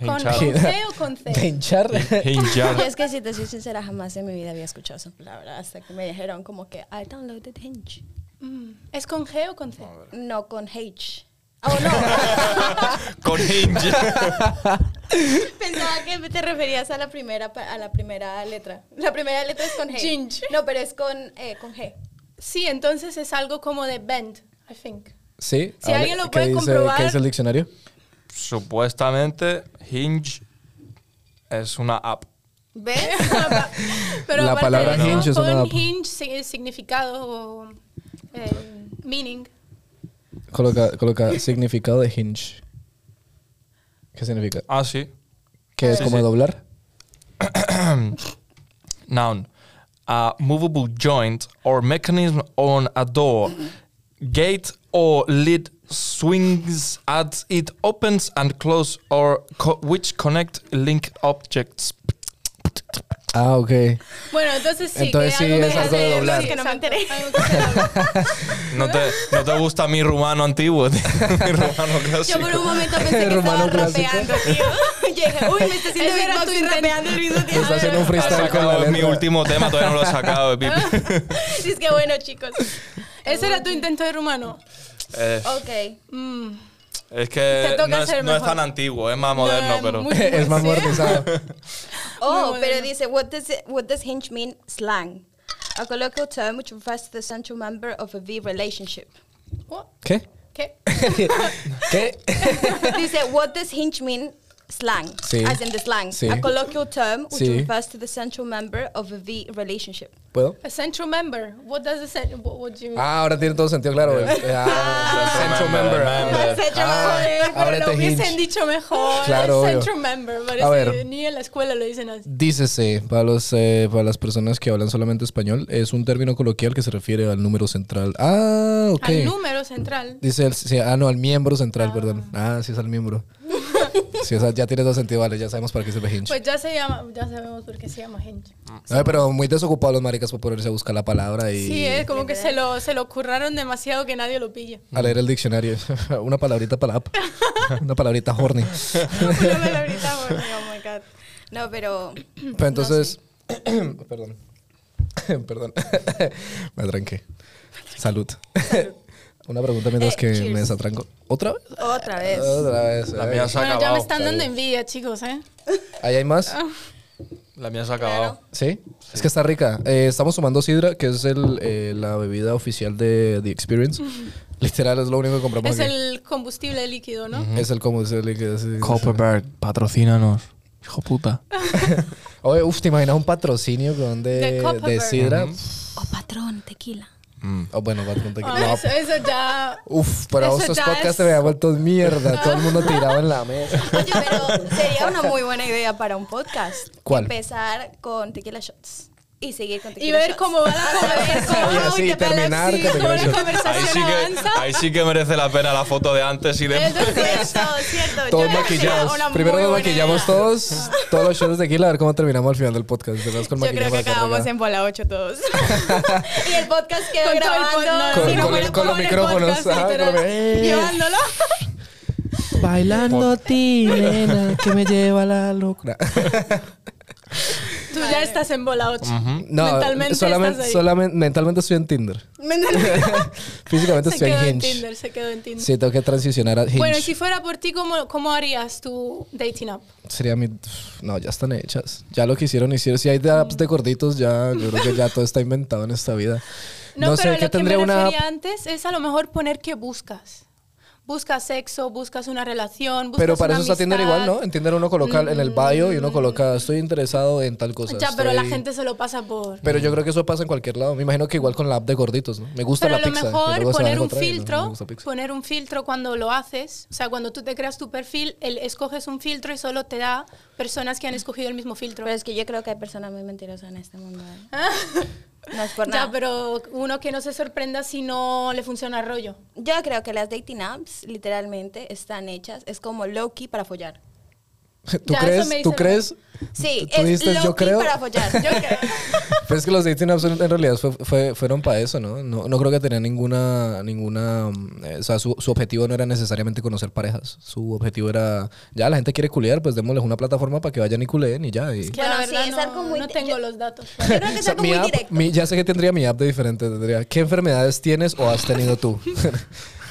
S1: ¿Con,
S3: Hinchar.
S1: con C o con
S2: ¿De
S1: C?
S2: hinchar?
S4: Yo
S3: Hinchar.
S4: es que si te soy sincera, jamás en mi vida había escuchado esa palabra hasta que me dijeron como que I downloaded Hinge.
S1: Mm, ¿Es con G o con C?
S4: No, con H. Oh, no.
S3: Con hinge.
S4: Pensaba que te referías a la primera pa- a la primera letra. La primera letra es con G.
S1: Ginge.
S4: No, pero es con eh, con G.
S1: Sí, entonces es algo como de bend, I think.
S2: Sí.
S1: Si
S2: hable-
S1: alguien lo
S2: ¿qué
S1: puede
S2: dice-
S1: comprobar-
S2: ¿Qué dice el diccionario?
S3: Supuestamente hinge es una app.
S4: ¿Ves?
S1: Pero
S2: La
S1: aparte de
S2: palabra
S1: eso,
S2: hinge es una-
S1: Pon hinge si- el significado o eh, meaning.
S2: Coloca, coloca significado de hinge. ¿Qué significa?
S3: Ah, sí.
S1: Ah,
S2: ¿Que es como doblar?
S3: Noun. A movable joint or mechanism on a door, gate or lid swings as it opens and closes or co- which connect linked objects.
S2: Ah, ok.
S1: Bueno, entonces sí.
S2: Entonces
S1: que
S2: sí,
S1: algo
S2: es
S1: que
S2: algo de
S1: hacer,
S2: doblar.
S1: sí,
S4: Que no me
S1: exacto,
S4: enteré.
S1: algo que hacer, algo.
S3: No te, no te gusta mi rumano antiguo, tío. mi rumano
S4: Yo
S3: clásico.
S4: por un momento pensé que
S2: Rumano
S4: estaba
S2: clásico.
S4: rapeando, tío. Y dije, uy, me está haciendo
S1: Es
S4: ver
S1: verdad,
S4: tú
S1: estoy
S4: rapeando al mismo tiempo.
S2: Está haciendo un
S3: Ha
S2: freestyle con la
S3: sacado
S2: letra.
S3: mi último tema, todavía no lo he sacado. Pipi.
S4: Sí, es que bueno, chicos.
S1: Ese era tu intento de rumano.
S3: Eh,
S4: Ok.
S1: Mm,
S3: es que
S1: Te toca
S3: no es,
S1: ser
S3: no es
S1: mejor.
S3: tan antiguo, es más moderno,
S1: es
S3: pero...
S1: muy-
S2: es más modernizado.
S4: Oh,
S1: Muy
S4: pero
S1: bueno.
S4: dice, what does, it, what does hinge mean slang? A colloquial term which refers to the central member of a V relationship.
S1: what?
S2: ¿Qué?
S1: ¿Qué?
S2: ¿Qué?
S4: dice, what does hinge mean slang?
S2: Sí.
S4: As in the slang.
S2: Sí.
S4: A colloquial term which
S2: Sí.
S4: refers to the central member of a V relationship.
S2: ¿Puedo?
S1: A central member. What does a cent- what, what do you mean?
S2: Ah, ahora tiene todo sentido, claro. güey. Ah, central member.
S1: Ah,
S2: ah.
S1: central
S2: Ah,
S1: member, pero lo
S2: ábrete hinge.
S1: hubiesen dicho mejor.
S2: Claro, obvio.
S1: central member, pero
S2: A
S1: sí,
S2: ver.
S1: ni en la escuela lo dicen así.
S2: Dícese, para, los, eh, para las personas que hablan solamente español, es un término coloquial que se refiere al número central. Ah, ok.
S1: Al número central.
S2: Dice, el, sí, ah, no, al miembro central, perdón. Ah, sí es al miembro. sí, o sea, ya tiene todo sentido, vale, ya sabemos para qué sirve hinge.
S1: Pues ya se llama, ya sabemos por qué se llama hinge.
S2: Ay, pero muy desocupados los maricas por ponerse a buscar la palabra y
S1: Pues, Sí, eh. es como que se lo, se lo curraron demasiado que nadie lo pilla.
S2: a leer el diccionario. Una palabrita para la app. Una palabrita horny.
S4: Una palabrita, bueno, oh my God. No, pero...
S2: Pero entonces, perdón. perdón. me atranqué. Salud. Una pregunta mientras
S4: Eh,
S2: que
S4: cheers.
S2: me desatranco. ¿Otra vez?
S4: Otra vez.
S2: Otra vez.
S3: La
S2: eh.
S3: mía se ha
S1: Bueno, ya me
S3: acabado.
S1: están dando envidia, chicos, ¿eh?
S2: ¿Ahí hay más?
S3: La mía se ha acabado.
S2: ¿Sí? Es que está rica. Eh, estamos tomando sidra, que es el, eh, la bebida oficial de The Experience. Literal, es lo único que compramos
S1: Es
S2: aquí.
S1: el combustible líquido, ¿no?
S2: Es el como se le queda así.
S3: Copperbird, patrocínanos. Hijo puta.
S2: Oye, uf, ¿te imaginas un patrocinio con de,
S1: De Copa
S2: de
S1: Verde.
S2: sidra?
S4: O patrón, tequila.
S2: Oh, bueno, patrón, te
S1: Ah,
S2: no,
S1: eso, eso ya.
S2: Uf, pero
S1: eso
S2: estos
S1: ya
S2: podcasts
S1: es-
S2: se me han vuelto mierda. Todo el mundo tirado en la mesa.
S4: Oye, pero sería una muy buena idea para un podcast.
S2: ¿Cuál?
S4: Empezar con tequila shots y seguir con
S1: Y
S4: tequila
S1: ver
S4: shots.
S1: cómo va la conversación.
S2: Y así
S1: qué tal
S2: terminar,
S1: así,
S2: que te
S1: cómo la
S2: creo yo.
S3: Ahí sí,
S1: conversación
S3: que,
S1: avanza.
S3: ahí sí que merece la pena la foto de antes y
S1: Eso
S3: después.
S1: sí.
S4: Cierto, cierto. Yo
S2: Todos
S4: creo que sería
S2: maquillados.
S4: una
S2: Primero
S4: muy
S2: nos
S4: buena
S2: maquillamos
S4: idea.
S2: todos, todos los shows de aquí, a ver cómo terminamos al final del podcast. Terminamos con
S4: Yo creo
S2: maquillaje
S4: que
S2: para
S4: acabamos
S2: acá.
S4: en bola 8 todos. y el podcast quedó
S1: Con todo el
S4: grabando.
S1: pod- no,
S2: Con-
S1: si no
S2: con-
S1: fuera
S2: con los
S1: por el
S2: micrófonos,
S1: podcast,
S2: ajá,
S1: literal,
S2: con los-
S1: Llevándolo.
S2: Bailando tirena que me lleva la locura.
S1: Tú ya estás en bola 8.
S2: No,
S1: mentalmente
S2: solamente,
S1: estás ahí.
S2: solamente, mentalmente estoy en Tinder. Físicamente
S1: se
S2: estoy
S1: quedó
S2: en
S1: en
S2: Hinge.
S1: Tinder, se quedó en Tinder.
S2: Sí, tengo que transicionar a Hinge.
S1: Bueno, y si fuera por ti, ¿cómo, cómo harías tu dating app?
S2: Sería mi... No, ya están hechas. Ya lo que hicieron, hicieron. Si hay de apps de gorditos, ya yo creo que ya todo está inventado en esta vida.
S1: No, pero lo que me
S2: tendría una... app-
S1: refería antes es a lo mejor poner que buscas. Buscas sexo, buscas una relación, buscas
S2: Pero para
S1: una
S2: eso está Tinder
S1: amistad.
S2: igual, ¿no? En Tinder uno coloca en el bio y uno coloca, estoy interesado en tal cosa.
S1: ya, pero la
S2: estoy-
S1: gente se lo pasa por...
S2: Pero yo creo que eso pasa en cualquier lado. Me imagino que igual con la app de gorditos, ¿no? Me gusta
S1: Pero a
S2: la
S1: lo
S2: pizza. que luego
S1: mejor
S2: se van a
S1: poner un
S2: encontrar y no, me
S1: filtro,
S2: gusta pizza.
S1: poner un filtro cuando lo haces, o sea, cuando tú te creas tu perfil, el- escoges un filtro y solo te da personas que han escogido el mismo filtro.
S4: Pero es que yo creo que hay personas muy mentirosas en este mundo. ¿eh?
S1: Ah.
S4: No es por nada.
S1: ya, pero uno que no se sorprenda si no le funciona rollo.
S4: Yo creo que las dating apps literalmente están hechas. Es como Loki para follar.
S2: ¿Tú
S1: Ya, eso me dice
S2: crees? ¿Tú
S1: la-
S2: crees?
S4: Sí,
S2: ¿Tú
S4: es
S2: dices,
S4: Loki
S2: yo creo?
S4: para follar. Yo creo.
S2: Pero es que los dating apps en en realidad fue- fue- fueron para eso, ¿no? ¿no? No creo que tenían ninguna, ninguna, mm, eh, o sea, su, su objetivo no era necesariamente conocer parejas. Su objetivo era, ya la gente quiere culear, pues démosles una plataforma para que vayan y culeen y ya. y-
S1: Que
S4: Bueno,
S1: la
S4: sí,
S1: verdad
S4: es
S1: no,
S4: algo muy-
S1: no tengo
S4: yo-
S1: los datos.
S4: Yo creo que
S2: O
S4: es
S2: sea,
S4: algo
S2: mi
S4: muy
S2: app-
S4: directo.
S2: mi- ya sé que tendría mi app de diferente, tendría, ¿qué enfermedades tienes o has tenido tú?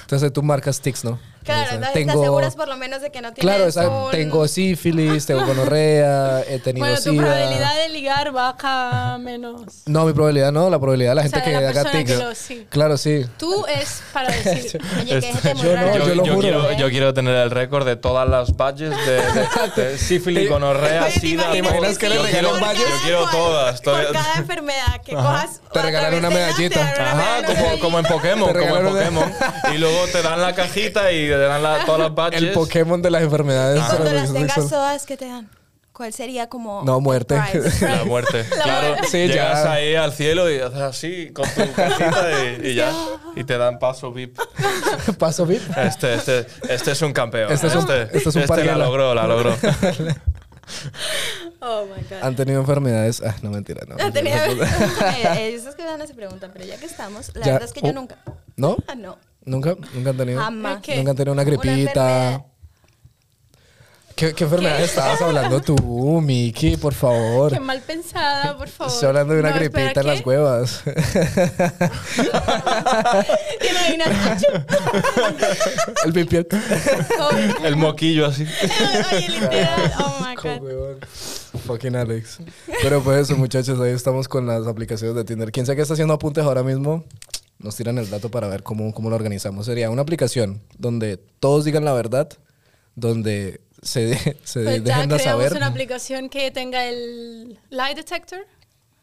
S2: Entonces tú marcas tics, ¿no?
S4: Claro,
S2: Entonces,
S4: entonces te aseguras por lo menos de que no tienes
S2: Claro, esa-
S4: un-
S2: tengo sífilis, tengo gonorrea, he tenido
S1: Bueno, tu
S2: sida.
S1: probabilidad de ligar baja menos.
S2: No, mi probabilidad no, la probabilidad de la gente
S1: sea, de la
S2: que haga
S1: persona
S2: tics.
S1: que lo- sí.
S2: Claro, sí.
S1: Tú es para decir.
S4: Oye, que gente muy
S2: Este, Yo no,
S4: rara.
S2: yo lo juro.
S3: Quiero, yo quiero tener el récord de todas las badges de, de- de sífilis, gonorrea,
S4: Oye, ¿te
S3: sida.
S4: imaginas
S3: todo.
S2: que le
S3: yo,
S2: regalan
S3: quiero,
S4: Por
S2: badges?
S3: yo
S4: cada
S3: quiero
S4: cual-
S3: todas.
S4: Por
S3: todavía-
S4: cada enfermedad que cojas. otra
S2: regalan una
S4: vez te dan,
S2: medallita.
S4: te dan una
S3: Ajá,
S4: medalla.
S3: como, como en
S2: Te
S3: Pokémon, como en
S2: regalaron una-
S3: Pokémon. Y luego te dan la cajita y te dan la- todas las badges.
S2: El Pokémon de las enfermedades.
S4: Cuando las
S2: transmisiones
S4: tengas
S2: sexuales.
S4: todas, ¿qué te dan? ¿Cuál sería como.
S2: No, muerte.
S4: prize?
S3: La muerte. claro,
S2: muerte. Sí,
S3: llegas
S2: ya.
S3: ahí al cielo y haces así con tu cajita y, y ya. Y te dan paso VIP.
S2: Paso VIP.
S3: Este, este, este es un campeón.
S2: Este es un- este es un
S3: la
S2: parguela.
S3: logró, la logró.
S4: Oh my God.
S2: Han tenido enfermedades. Ah, no, mentira, no.
S4: No tenía. Eh, Ellos que van a se preguntan, pero ya que estamos, la
S2: Ya.
S4: verdad es que yo
S2: Oh.
S4: nunca.
S2: ¿No?
S4: Ah, no.
S2: ¿Nunca? ¿Nunca han tenido?
S4: Jamás.
S1: ¿Qué?
S2: ¿Nunca han tenido una
S4: Una
S2: gripita?
S4: enfermedad.
S2: ¿Qué, qué enfermedad estabas hablando tú, Miki? Por favor.
S1: Qué mal pensada, por favor.
S2: Estoy hablando de una
S1: No, espera,
S2: gripita en
S1: ¿qué?
S2: las huevas.
S4: ¿Te imaginas?
S2: El pipián.
S4: Covid.
S3: El moquillo así.
S4: Oye, literal. Oh my
S2: Con
S4: God.
S2: huevón. Fucking Alex. Pero pues eso, muchachos, ahí estamos con las aplicaciones de Tinder. Quien sea que está haciendo apuntes ahora mismo, nos tiran el dato para ver cómo, cómo lo organizamos. Sería una aplicación donde todos digan la verdad, donde se,
S1: Pues ya
S2: se dejen de
S1: creamos
S2: saber.
S1: una aplicación que tenga el lie detector,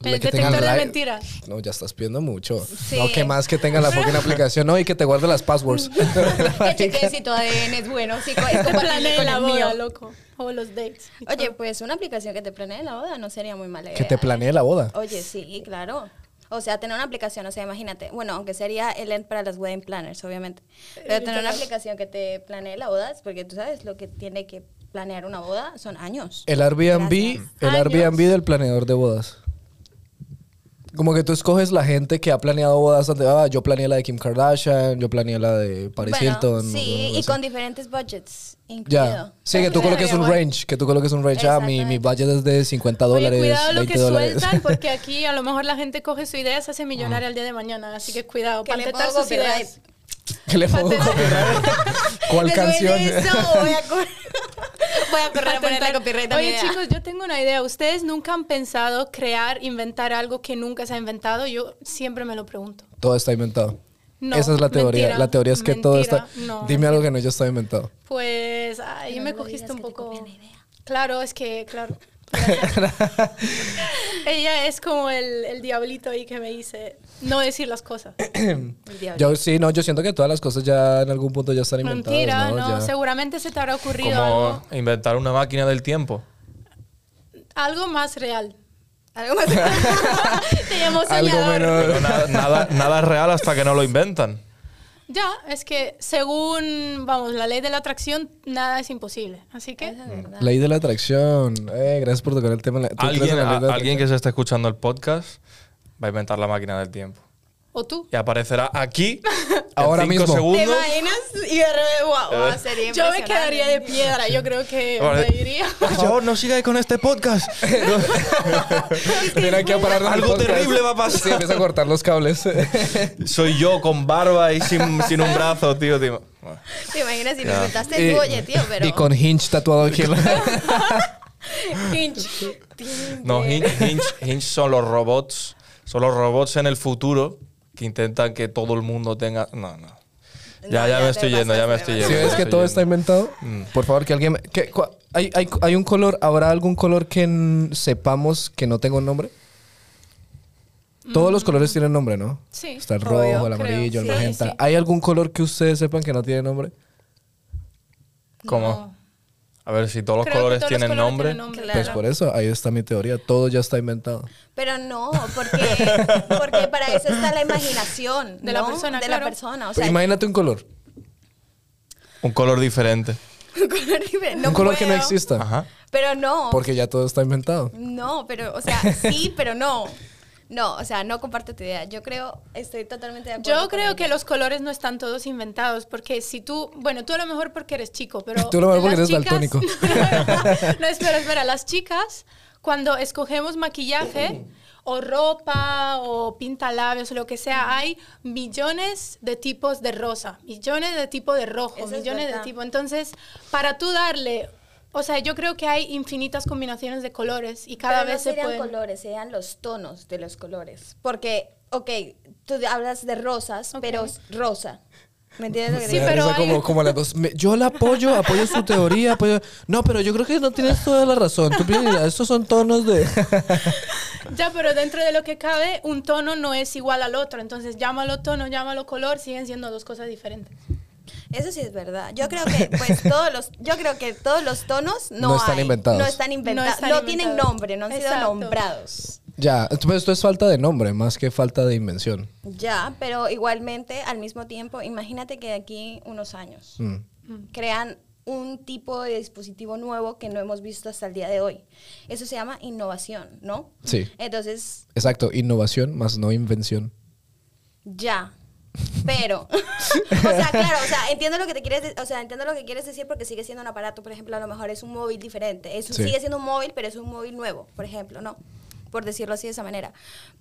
S2: La
S1: el
S2: que tenga
S1: Eh, detector de
S2: la-
S1: mentiras.
S2: No, ya estás pidiendo mucho.
S4: Sí.
S2: No, que más que tenga la fucking aplicación. No, y que te guarde las passwords.
S4: Que chequeen si tu ADN es bueno, si co- es
S1: Este
S4: compatible
S1: planea
S4: con
S1: la
S4: el
S1: boda,
S4: mío.
S1: loco. O los dates. y
S4: Oye,
S1: todo.
S4: pues una aplicación que te planee la boda no sería muy mala idea.
S2: que te planee la boda.
S4: Oye, sí, claro. O sea, tener una aplicación, o sea, imagínate, bueno, aunque sería el end para las wedding planners, obviamente, pero tener una aplicación que te planee la boda, es porque tú sabes lo que tiene que planear una boda son años.
S2: El Airbnb,
S4: Gracias.
S2: el
S1: Años.
S2: Airbnb del planeador de bodas. Como que tú escoges la gente que ha planeado bodas antes. Ah, yo planeé la de Kim Kardashian, yo planeé la de Paris
S4: Bueno,
S2: Hilton.
S4: Sí,
S2: o- o-
S4: y
S2: o-
S4: con diferentes budgets incluido.
S2: Ya. Sí, que tú
S1: Eso
S2: coloques
S1: sería
S2: un
S1: guay.
S2: range. Que tú coloques un range. Ah, mi, mi
S4: Exactamente.
S2: budget es de 50 dólares.
S1: Oye, cuidado lo
S2: 20
S1: que
S2: dólares.
S1: sueltan, porque aquí a lo mejor la gente coge su idea y se hace millonaria el día de mañana. Así que cuidado,
S4: Que le
S1: patentar
S4: pongo
S1: sus ideas.
S4: copyright.
S2: ¿Qué le pongo?
S1: Patentar-
S2: ¿Cuál
S4: Después de
S2: canción?
S4: eso, voy a cor- voy a correr a ponerle
S1: Patentar.
S4: copyright a mi
S1: Oye,
S4: idea.
S1: chicos, yo tengo una idea. ¿Ustedes nunca han pensado crear, inventar algo que nunca se ha inventado? Yo siempre me lo pregunto.
S2: Todo está inventado.
S1: No,
S2: Esa es la teoría.
S1: mentira,
S2: la teoría es que todo está.
S1: mentira, no.
S2: Dime algo que no haya estado inventado.
S1: Pues ahí
S4: Pero
S1: me
S4: no lo
S1: cogiste
S4: digas
S1: un
S4: que te
S1: poco.
S4: copian la idea.
S1: Claro, es que, claro. gracias. Ella es como el, el diablito ahí que me dice no decir las cosas.
S4: El diablo.
S2: Yo sí, no, yo siento que todas las cosas ya en algún punto ya están inventadas.
S1: Mentira,
S2: ¿no?
S1: no,
S2: Ya.
S1: seguramente se te habrá ocurrido
S3: Como
S1: algo,
S3: inventar una máquina del tiempo.
S1: algo más real.
S4: Algo más. Te llamo
S2: Algo
S4: soñador.
S2: menos.
S3: Pero nada, nada, nada es real hasta que no lo inventan.
S1: Ya, es que según, vamos, la ley de la atracción, nada es imposible. Así que,
S4: Esa es verdad.
S2: Ley de la atracción. Eh, gracias por tocar el tema. ¿Tú crees
S3: Alguien,
S2: en la ley
S3: a-
S2: de la
S3: alguien que se esté escuchando el podcast va a inventar la máquina del tiempo.
S1: o tú.
S3: Y aparecerá aquí en
S2: Ahora
S3: cinco
S2: mismo.
S4: ¿Te
S3: segundos.
S4: imaginas? Y de repente, wow,
S3: Eh.
S4: wow, sería
S1: Yo me
S4: impresionante.
S1: quedaría de piedra, yo creo que
S3: Vale.
S1: me diría.
S3: Por favor, no sigáis con este podcast.
S2: atracción? Viene aquí a parar el
S3: Algo
S2: podcast.
S3: terrible va a pasar.
S2: Sí, empieza a cortar los cables.
S3: Soy yo con barba y sin, sin un brazo, tío. tío. Bueno,
S4: ¿Te imaginas si lo
S3: Ya.
S4: inventaste tú, oye, tío? Pero.
S2: Y con hinch tatuado aquí. en la-
S4: Hinch.
S3: No, Hinge, Hinge- Hinge son los robots. Son los robots en el futuro que intentan que todo el mundo tenga. No, no. Ya,
S4: No,
S3: ya,
S4: ya
S3: me
S4: te
S3: estoy yendo, ya me
S4: pasaste,
S3: estoy
S4: te
S3: yendo.
S2: Si ves
S3: me
S2: que
S3: estoy
S2: todo
S3: yendo. Mm.
S2: está inventado, por favor que alguien... me- ¿Qué? ¿Cuál- hay, hay- hay un color? ¿Habrá algún color que n- sepamos que no tenga un nombre? Todos los colores tienen nombre, ¿no?
S1: Sí.
S2: Está el rojo,
S4: Mm. Obvio,
S1: creo.
S2: el amarillo, el
S4: Sí,
S2: magenta.
S4: sí.
S2: ¿Hay algún color que ustedes sepan que no tiene nombre?
S3: ¿Cómo?
S1: No.
S3: A ver si todos los
S1: Creo que
S3: colores
S1: todos los
S3: tienen
S1: colores
S3: nombre.
S1: tienen nombre.
S4: Claro.
S2: Pues por eso, ahí está mi teoría. Todo ya está inventado.
S4: Pero no, porque, porque para eso está la imaginación
S1: De la
S4: ¿no?
S1: persona,
S4: De
S1: claro.
S4: la persona. O
S2: Pero
S4: sea,
S2: imagínate un color.
S3: Un color diferente.
S4: un color diferente.
S2: un color que no
S4: puedo.
S2: exista.
S3: Ajá.
S4: Pero no.
S2: Porque ya todo está inventado.
S4: No, pero, o sea, sí, pero no. No, o sea, no comparto tu idea. Yo creo, estoy totalmente de acuerdo.
S1: Yo
S4: con
S1: creo
S4: ella.
S1: que los colores no están todos inventados, porque si tú, bueno, tú a lo mejor porque eres chico, pero...
S2: Tú a lo mejor porque
S1: las
S2: eres
S1: chicas-
S2: daltónico.
S1: no, espera, espera, las chicas, cuando escogemos maquillaje o ropa o pintalabios o lo que sea, hay millones de tipos de rosa, millones de tipos de rojo,
S4: Eso es
S1: millones de
S4: verdad.
S1: tipos. Entonces, para tú darle... O sea, yo creo que hay infinitas combinaciones de colores y cada
S4: Pero
S1: vez
S4: no
S1: se
S4: serían
S1: pueden...
S4: colores, serían los tonos de los colores. Porque, ok, tú hablas de rosas,
S1: Ok.
S4: pero es rosa. ¿Me entiendes lo que te
S1: Sí,
S2: Me da
S4: digo?
S1: pero
S2: risa
S1: hay-
S2: como, como las dos. Me- yo la apoyo, apoyo su teoría, apoyo. No, pero yo creo que no tienes toda la razón. Tú piensas, estos son tonos de.
S1: Ya, pero dentro de lo que cabe, un tono no es igual al otro. Entonces, llámalo tono, llámalo color, siguen siendo dos cosas diferentes.
S4: Eso sí es verdad. Yo creo que pues todos los yo creo que todos los tonos no,
S2: No están
S4: hay,
S2: inventados.
S4: No están inventados.
S1: No
S4: No,
S1: están
S4: tienen
S1: inventados.
S4: nombre, no han sido
S1: Exacto.
S4: nombrados.
S2: Ya, entonces esto es falta de nombre más que falta de invención.
S4: Ya, pero igualmente al mismo tiempo, imagínate que de aquí unos años
S2: Mm.
S4: crean un tipo de dispositivo nuevo que no hemos visto hasta el día de hoy. Eso se llama innovación, ¿no?
S2: Sí.
S4: Entonces,
S2: Exacto, innovación más no invención.
S4: Ya. Pero, o sea, claro, o sea, entiendo lo que te quieres, de- o sea, entiendo lo que quieres decir porque sigue siendo un aparato, por ejemplo, a lo mejor es un móvil diferente, es un-
S2: Sí.
S4: sigue siendo un móvil, pero es un móvil nuevo, por ejemplo, ¿no? Por decirlo así de esa manera.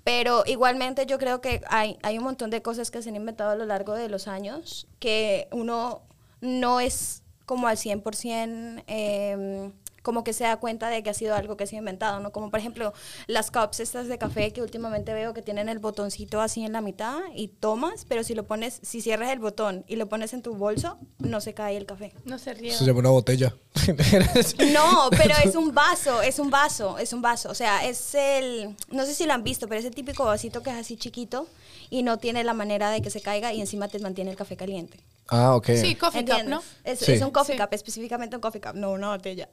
S4: Pero igualmente yo creo que hay, hay un montón de cosas que se han inventado a lo largo de los años que uno no es como al 100% eh, como que se da cuenta de que ha sido algo que ha sido inventado, ¿no? Como por ejemplo las cups estas de café que últimamente veo que tienen el botoncito así en la mitad y tomas, pero si lo pones, si cierras el botón y lo pones en tu bolso, no se cae el café.
S1: No se ríe.
S2: Eso se llama una botella.
S4: No, pero es un vaso, es un vaso, es un vaso. O sea, es el, no sé si lo han visto, pero es el típico vasito que es así chiquito y no tiene la manera de que se caiga y encima te mantiene el café caliente.
S2: Ah, ok.
S1: Sí, coffee cup,
S4: ¿Entiendes?
S1: ¿no?
S4: Es,
S2: Sí.
S4: es un coffee
S1: Sí.
S4: cup, específicamente un coffee cup, no una botella.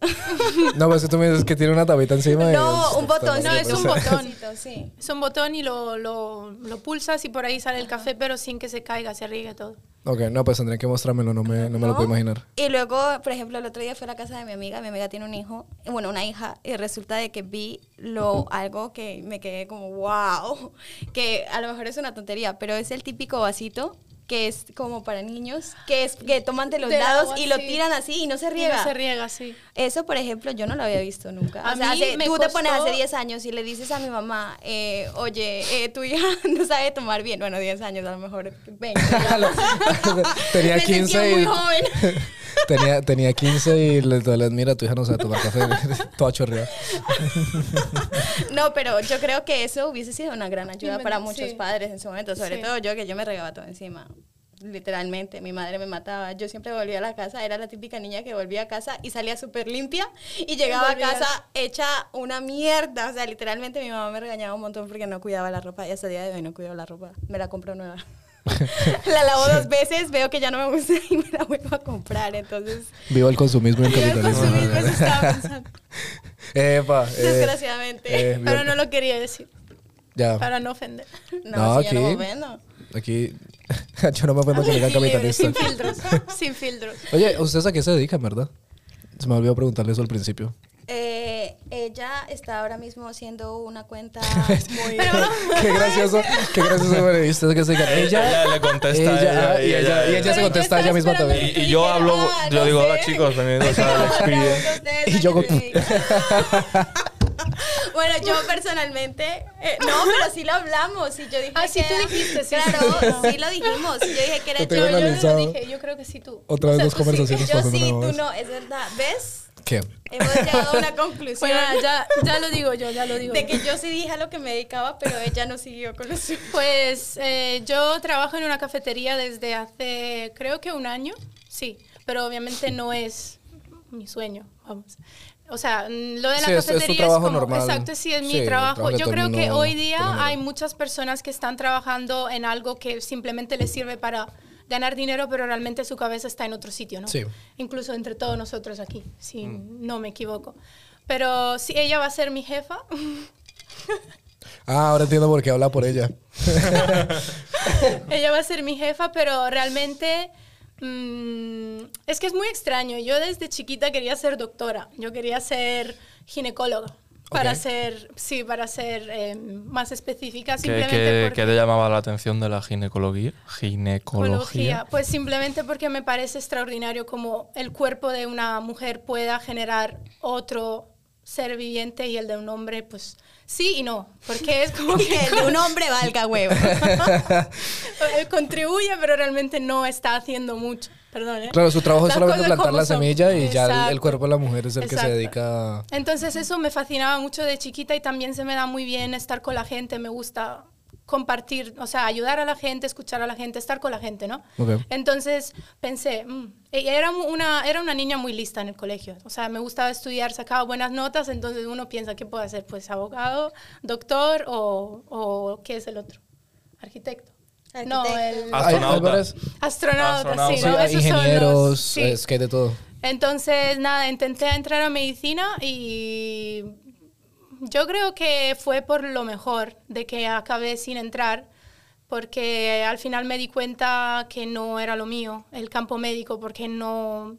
S2: No, pero es que tú me dices que tiene una tapita encima. y
S4: no,
S2: es-
S4: un botón.
S1: No, es un
S2: O sea,
S1: botón.
S4: Sí.
S1: Es un botón y lo, lo, lo pulsas y por ahí sale el café, pero sin que se caiga, se riegue todo.
S2: Ok, no, pues tendría que mostrármelo, no me, no me lo puedo imaginar.
S4: Y luego, por ejemplo, el otro día fui a la casa de mi amiga, mi amiga tiene un hijo, bueno, una hija, y resulta de que vi lo, algo que me quedé como, wow, que a lo mejor es una tontería, pero es el típico vasito que es como para niños, que es que toman de los
S1: Del
S4: lados
S1: agua,
S4: y lo
S1: sí.
S4: tiran así y no se
S1: Y
S4: riega.
S1: no se riega, sí.
S4: Eso, por ejemplo, yo no lo había visto nunca.
S1: A
S4: o sea,
S1: mí
S4: hace-
S1: me
S4: tú te pones
S1: costó-
S4: hace 10 años y le dices a mi mamá, eh, oye, eh, tu hija no sabe tomar bien. Bueno, 10 años, a lo mejor 20.
S2: tenía
S4: Me sentía
S2: 15 y.
S4: muy joven.
S2: tenía, tenía 15 y le le- mira, tu hija no sabe tomar café. Toda chorreada.
S4: No, pero yo creo que eso hubiese sido una gran ayuda
S1: Bienvenido,
S4: para muchos
S1: sí.
S4: padres en su momento, sobre
S1: Sí.
S4: todo yo que yo me regaba todo encima. Literalmente, mi madre me mataba. Yo siempre volvía a la casa, era la típica niña que volvía a casa y salía súper limpia y llegaba a
S1: volvías.
S4: casa hecha una mierda. O sea, literalmente mi mamá me regañaba un montón porque no cuidaba la ropa y hasta el día de hoy no cuido la ropa. Me la compro nueva. la lavo dos veces, veo que ya no me gusta y me la vuelvo a comprar. Entonces,
S2: Viva el consumismo y el
S1: Yo al
S2: capitalismo.
S1: consumismo eso estaba pensando.
S2: Epa, eh,
S4: Desgraciadamente.
S2: eh, viva-
S1: Pero no lo quería decir,
S2: ya.
S1: para no ofender.
S4: no,
S2: No,
S4: si yo no
S2: aquí-
S4: me ofendo.
S2: Aquí. yo no me ofendo que digan
S1: Así libre,
S2: capitalista.
S1: Ah, sin filtros, sin filtros.
S2: Oye, ¿ustedes a qué se dedican, verdad? Se me olvidó preguntarle eso al principio.
S4: Eh, ella está ahora mismo haciendo una cuenta muy...
S1: Pero vamos,
S2: qué gracioso, qué gracioso me viste que se digan, ella,
S3: Ella le contesta a ella,
S2: y
S3: y
S2: ella,
S3: ella-
S2: y ella se
S1: Pero
S2: contesta a
S1: yo
S2: ella misma
S1: estaba
S2: también.
S3: Y, y yo hablo,
S4: Ah,
S3: yo
S4: no
S3: digo,
S4: sé.
S3: hola chicos, también, o sea, la experience.
S4: Ustedes,
S2: Y yo
S4: aquí
S2: con-
S4: me digan. Bueno, yo personalmente, eh, no, pero sí lo hablamos. Y yo dije
S1: Ah, sí,
S4: que
S1: tú
S4: era-
S1: dijiste, sí,
S4: Claro, sí lo dijimos. Yo dije que era
S2: Yo te
S4: yo.
S2: veo
S1: yo,
S2: la
S4: Yo,
S1: yo
S2: analizado.
S1: lo dije, yo creo que sí tú.
S2: Otra vez
S1: O sea,
S2: dos
S1: tú sí.
S2: conversaciones
S4: pues yo
S2: pasando
S4: sí,
S2: una
S4: tú
S2: vez.
S4: no, es verdad. ¿Ves?
S2: ¿Qué?
S4: Hemos llegado a una conclusión
S1: Bueno, ya, ya lo digo yo, ya lo digo
S4: de
S1: yo.
S4: que yo sí dije a lo que me dedicaba, pero ella no siguió con lo suyo.
S1: Pues eh, yo trabajo en una cafetería desde hace creo que un año, sí, pero obviamente no es mi sueño, vamos. O sea, mm, lo de la
S2: Sí, es- es tu
S1: cafetería es,
S2: trabajo
S1: como-
S2: normal.
S1: exacto, sí es mi
S2: Sí, el
S1: trabajo.
S2: trabajo de
S1: Yo
S2: todo el
S1: creo que
S2: mundo
S1: hoy día
S2: colombiano.
S1: hay muchas personas que están trabajando en algo que simplemente les sirve para ganar dinero, pero realmente su cabeza está en otro sitio, ¿no?
S2: Sí. Mm.
S1: Incluso entre todos nosotros aquí, si no me equivoco. Pero sí, ella va a ser mi jefa.
S2: Ah, ahora entiendo por qué habla por ella.
S1: Ella va a ser mi jefa, pero realmente mm, es que es muy extraño. Yo desde chiquita quería ser doctora. Yo quería ser ginecóloga. Para
S2: Ok.
S1: ser, sí, para ser eh, más específica,
S3: ¿Qué,
S1: simplemente
S3: qué,
S1: porque-
S3: qué te llamaba la atención de la ginecología? Ginecología.
S1: Ecología. Pues simplemente porque me parece extraordinario como el cuerpo de una mujer pueda generar otro ser viviente y el de un hombre, pues sí y no, porque es como que
S4: Que un hombre valga huevo.
S1: Eh, contribuye, pero realmente no está haciendo mucho. Perdón, ¿eh?
S2: Claro, su trabajo es
S1: Las
S2: solamente
S1: cosas
S2: plantar
S1: como
S2: la
S1: son.
S2: semilla y ya el- el,
S1: Exacto.
S2: cuerpo de la mujer es el que se
S1: Exacto.
S2: dedica. a-
S1: Entonces eso me fascinaba mucho de chiquita y también se me da muy bien estar con la gente, me gusta compartir, o sea, ayudar a la gente, escuchar a la gente, estar con la gente, ¿no?
S2: Ok.
S1: Entonces pensé, mm, e- era mu- una, era una niña muy lista en el colegio, o sea, me gustaba estudiar, sacaba buenas notas, entonces uno piensa, ¿qué puedo hacer? Pues abogado, doctor o, o ¿qué es el otro? Arquitecto. No, el
S2: Hay- hay
S3: Astronauta.
S2: varias-
S1: astronauta,
S3: Astronauta.
S1: sí,
S2: sí,
S1: ¿no?
S2: hay
S1: Esos son los-
S2: ingenieros,
S1: sí.
S2: es que hay de todo.
S1: Entonces, nada, intenté entrar a medicina y yo creo que fue por lo mejor de que acabé sin entrar, porque al final me di cuenta que no era lo mío, el campo médico, porque no,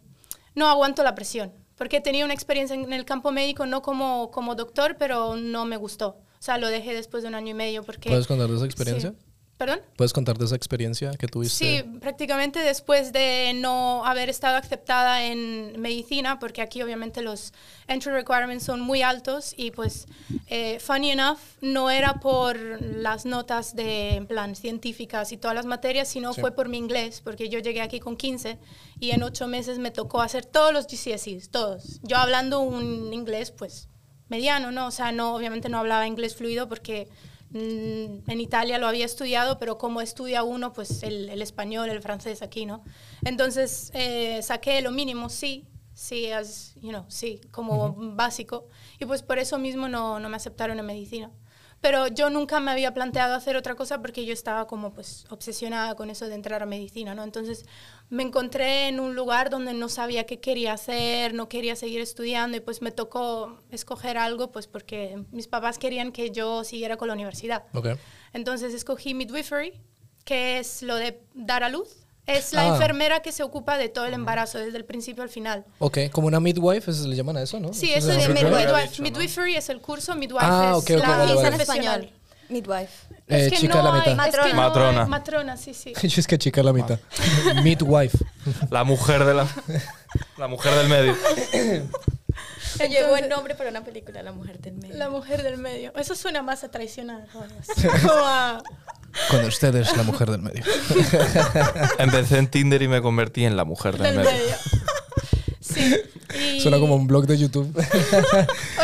S1: no aguanto la presión. Porque tenía una experiencia en el campo médico, no como, como doctor, pero no me gustó. O sea, lo dejé después de un año y medio porque...
S2: ¿Puedes contar de esa experiencia?
S1: Sí. ¿Perdón?
S2: ¿Puedes contar de esa experiencia que tuviste?
S1: Sí, prácticamente después de no haber estado aceptada en medicina, porque aquí obviamente los entry requirements son muy altos y pues, eh, funny enough, no era por las notas de, en plan, científicas y todas las materias, sino
S2: Sí.
S1: fue por mi inglés, porque yo llegué aquí con 15 y en ocho meses me tocó hacer todos los GCSEs, todos. Yo hablando un inglés, pues, mediano, ¿no? O sea, no, obviamente no hablaba inglés fluido porque mm, en Italia lo había estudiado, pero como estudia uno, pues el, el español, el francés aquí, ¿no? Entonces eh, saqué lo mínimo, sí, sí, as, you know, sí, como básico. Y pues por eso mismo no, no me aceptaron en medicina. Pero yo nunca me había planteado hacer otra cosa porque yo estaba como pues obsesionada con eso de entrar a medicina, ¿no? Entonces me encontré en un lugar donde no sabía qué quería hacer, no quería seguir estudiando y pues me tocó escoger algo pues porque mis papás querían que yo siguiera con la universidad.
S2: Ok.
S1: Entonces escogí midwifery, que es lo de dar a luz. Es la
S2: Ah.
S1: enfermera que se ocupa de todo el embarazo desde el principio al final.
S2: Ok, como una midwife, eso le llaman a eso, ¿no?
S1: Sí, eso
S2: Eso se
S1: de
S2: llama-
S3: creo que había
S1: midwife.
S3: dicho, ¿no?
S1: Midwifery es el curso, midwife
S2: Ah,
S1: es
S2: ok, ok,
S1: la
S2: vale, vale.
S4: en
S1: profesional.
S4: español. Midwife.
S2: Eh,
S1: que
S2: chica de la
S1: hay-
S2: mitad.
S1: es que no
S3: Matrona.
S1: hay- matrona, sí, sí.
S2: Yo es que chica la mitad. midwife.
S3: La mujer de la. La mujer del medio.
S4: Se llegó el nombre para una película, La Mujer del Medio.
S1: La mujer del medio. Eso suena más a traicionar. o algo así. Como a-
S2: Con ustedes, la mujer del medio.
S3: Empecé en Tinder y me convertí en la mujer del,
S1: del
S3: medio.
S1: medio. Sí. y-
S2: Suena como un blog de YouTube.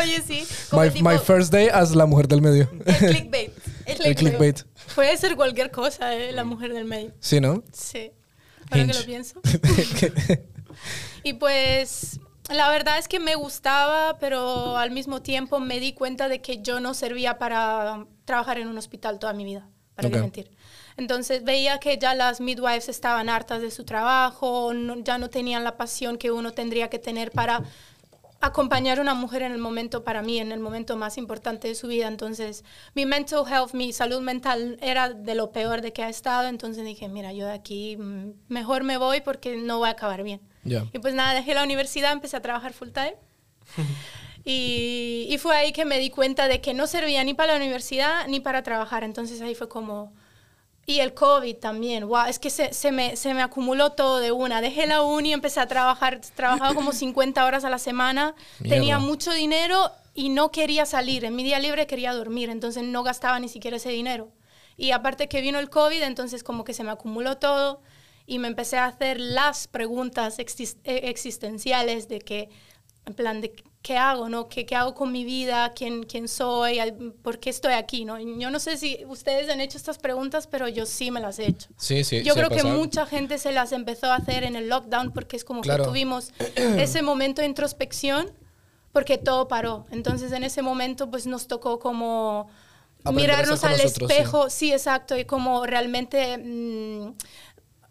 S4: Oye, sí. Como
S2: my,
S4: el tipo,
S2: my first day as la mujer del medio.
S4: el clickbait. El
S2: El clickbait.
S1: Puede ser cualquier cosa, eh, la mujer del medio.
S2: Sí, ¿no?
S1: Sí. Ahora que
S2: Hinge.
S1: lo pienso. Y pues la verdad es que me gustaba, pero al mismo tiempo me di cuenta de que yo no servía para trabajar en un hospital toda mi vida, para qué
S2: Ok.
S1: mentir. Entonces veía que ya las midwives estaban hartas de su trabajo, no- ya no tenían la pasión que uno tendría que tener para acompañar a una mujer en el momento, para mí, en el momento más importante de su vida. Entonces, mi mental health, mi salud mental era de lo peor de que ha estado. Entonces dije, mira, yo de aquí mm, mejor me voy porque no voy a acabar bien.
S2: Ya.
S1: Y pues nada, dejé la universidad, empecé a trabajar full time. Y, y fue ahí que me di cuenta de que no servía ni para la universidad ni para trabajar. Entonces ahí fue como... Y el COVID también, wow, es que se, se me, se me acumuló todo de una. Dejé la uni, empecé a trabajar, trabajaba como 50 horas a la semana,
S2: Mierda.
S1: tenía mucho dinero y no quería salir. En mi día libre quería dormir, entonces no gastaba ni siquiera ese dinero. Y aparte que vino el COVID, entonces como que se me acumuló todo y me empecé a hacer las preguntas exis- eh, existenciales de que, en plan, de qué hago, ¿no? ¿Qué, qué hago con mi vida? ¿Quién, ¿Quién soy? Al- ¿Por qué estoy aquí? ¿no? Yo no sé si ustedes han hecho estas preguntas, pero yo sí me las he hecho.
S2: Sí, sí.
S1: Yo
S2: sí,
S1: creo que
S2: pasaba.
S1: mucha gente se las empezó a hacer en el lockdown porque es como
S2: Claro.
S1: que tuvimos ese momento de introspección porque todo paró. Entonces en ese momento pues nos tocó como
S2: Aprender a
S1: mirarnos
S2: ser
S1: al
S2: con nosotros,
S1: espejo, sí. exacto, y como realmente mm,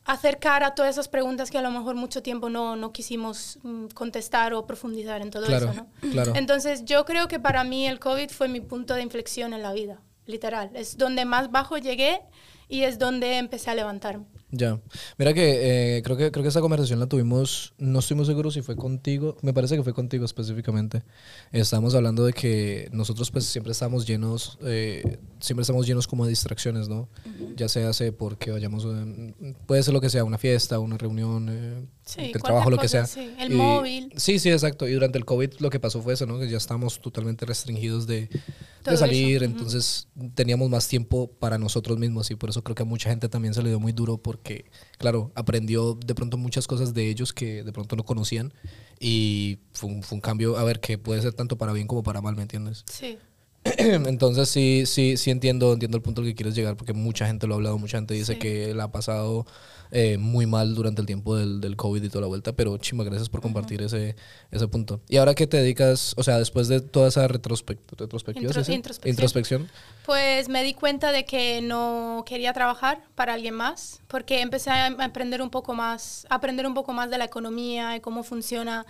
S1: hacer cara a todas esas preguntas que a lo mejor mucho tiempo no, no quisimos mm, contestar o profundizar en todo
S2: Claro,
S1: eso. ¿no?
S2: claro.
S1: Entonces yo creo que para mí el COVID fue mi punto de inflexión en la vida, literal. Es donde más bajo llegué y es donde empecé a levantarme.
S2: Ya. Mira que, eh, creo que creo que esa conversación la tuvimos, no estoy muy seguro si fue contigo, me parece que fue contigo específicamente. Estábamos hablando de que nosotros pues siempre estamos llenos, eh, siempre estamos llenos como de distracciones, ¿no? Ya sea hace porque vayamos, eh, puede ser lo que sea, una fiesta, una reunión, eh,
S1: Sí,
S2: el
S1: cualquier
S2: trabajo, lo que sea.
S1: cosa, sí. El
S2: Y-
S1: móvil.
S2: Sí, sí, exacto. Y durante el COVID lo que pasó fue eso, ¿no? Que ya estamos totalmente restringidos de,
S1: Todo
S2: de
S1: eso,
S2: salir, entonces teníamos más tiempo para nosotros mismos y por eso creo que a mucha gente también se le dio muy duro porque, claro, aprendió de pronto muchas cosas de ellos que de pronto no conocían y fue un, fue un cambio, a ver, que puede ser tanto para bien como para mal, ¿me entiendes?
S1: Sí.
S2: Entonces sí, sí, sí entiendo, entiendo el punto al que quieres llegar, porque mucha gente lo ha hablado, mucha gente dice que la ha pasado eh, muy mal durante el tiempo del, del COVID y toda la vuelta, pero chima, gracias por compartir ese, ese punto. Y ahora que te dedicas, o sea, después de toda esa retrospec- retrospectiva, ¿sí,
S1: Intro-
S2: sí?
S1: introspección.
S2: introspección,
S1: Pues me di cuenta de que no quería trabajar para alguien más, porque empecé a a aprender un poco más, a aprender un poco más de la economía y cómo funciona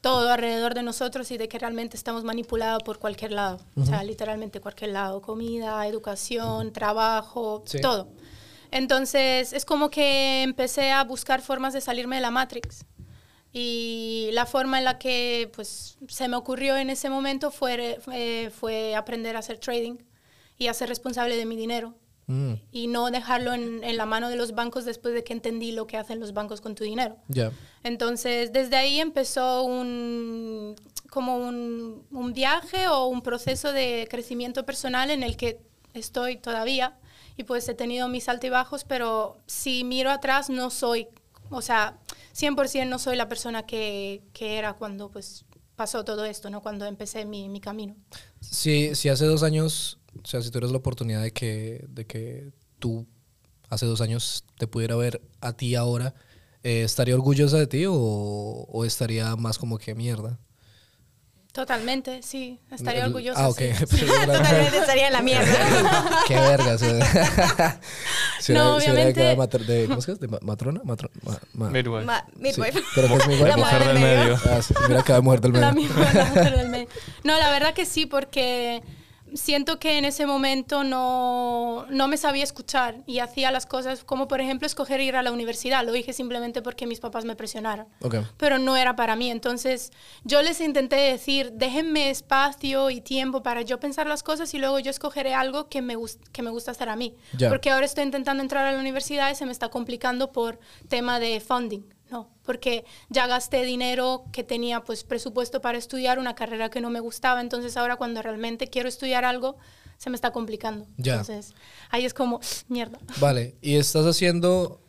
S1: todo alrededor de nosotros y de que realmente estamos manipulados por cualquier lado, o sea, literalmente cualquier lado, comida, educación, trabajo,
S2: Sí.
S1: todo. Entonces es como que empecé a buscar formas de salirme de la Matrix. Y la forma en la que pues, se me ocurrió en ese momento fue, eh, fue aprender a hacer trading y a ser responsable de mi dinero
S2: Mm,
S1: y no dejarlo en, en la mano de los bancos después de que entendí lo que hacen los bancos con tu dinero.
S2: ya.
S1: Entonces, desde ahí empezó un, como un, un viaje o un proceso de crecimiento personal en el que estoy todavía. Y pues he tenido mis altibajos, pero si miro atrás no soy, o sea, 100% no soy la persona que, que era cuando pues pasó todo esto, ¿no? Cuando empecé mi, mi camino.
S2: Si, si hace dos años, o sea, si tuvieras la oportunidad de que, de que tú hace dos años te pudiera ver a ti ahora, eh, ¿estaría orgullosa de ti o, o estaría más como que mierda?
S1: Totalmente, sí. Estaría
S2: El-
S1: orgullosa.
S2: Ah, ok.
S1: sí.
S2: Pensé que era-
S4: Totalmente estaría en la mierda.
S2: Qué verga. o sea. si
S1: No,
S2: era- si era de que
S1: obviamente.
S2: era mater- de- ¿Cómo es que es? ¿De ma- matrona? Matro- ma- ma-
S3: Midwife.
S4: Ma-
S2: sí,
S4: midwife.
S2: Pero que es mi
S4: La
S2: huevo.
S4: mujer del medio.
S2: Ah, sí, mira que va a mujer del medio.
S1: La misma, la mujer del medio. No, la verdad que sí, porque siento que en ese momento no, no me sabía escuchar y hacía las cosas como, por ejemplo, escoger ir a la universidad. Lo dije simplemente porque mis papás me presionaron.
S2: Ok.
S1: Pero no era para mí. Entonces yo les intenté decir, déjenme espacio y tiempo para yo pensar las cosas y luego yo escogeré algo que me, gus- que me gusta hacer a mí.
S2: Ya.
S1: Porque ahora estoy intentando entrar a la universidad y se me está complicando por tema de funding. No, porque ya gasté dinero que tenía pues presupuesto para estudiar una carrera que no me gustaba, entonces ahora cuando realmente quiero estudiar algo se me está complicando.
S2: Ya.
S1: Entonces, ahí es como mierda.
S2: Vale. ¿Y estás haciendo...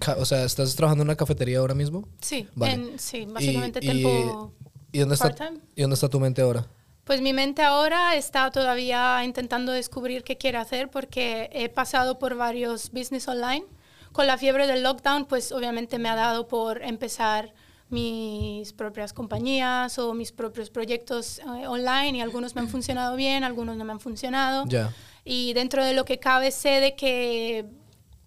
S2: ca- O sea, ¿estás trabajando en una cafetería ahora mismo?
S1: Sí,
S2: Vale.
S1: en- sí,
S2: Y-
S1: básicamente
S2: y-
S1: tiempo
S2: ¿y dónde, está,
S1: part-time.
S2: ¿Y dónde está tu mente ahora?
S1: Pues mi mente ahora está todavía intentando descubrir qué quiere hacer porque he pasado por varios business online. Con la fiebre del lockdown, pues obviamente me ha dado por empezar mis propias compañías o mis propios proyectos eh, online y algunos me han funcionado bien, algunos no me han funcionado.
S2: Ya.
S1: Y dentro de lo que cabe sé de que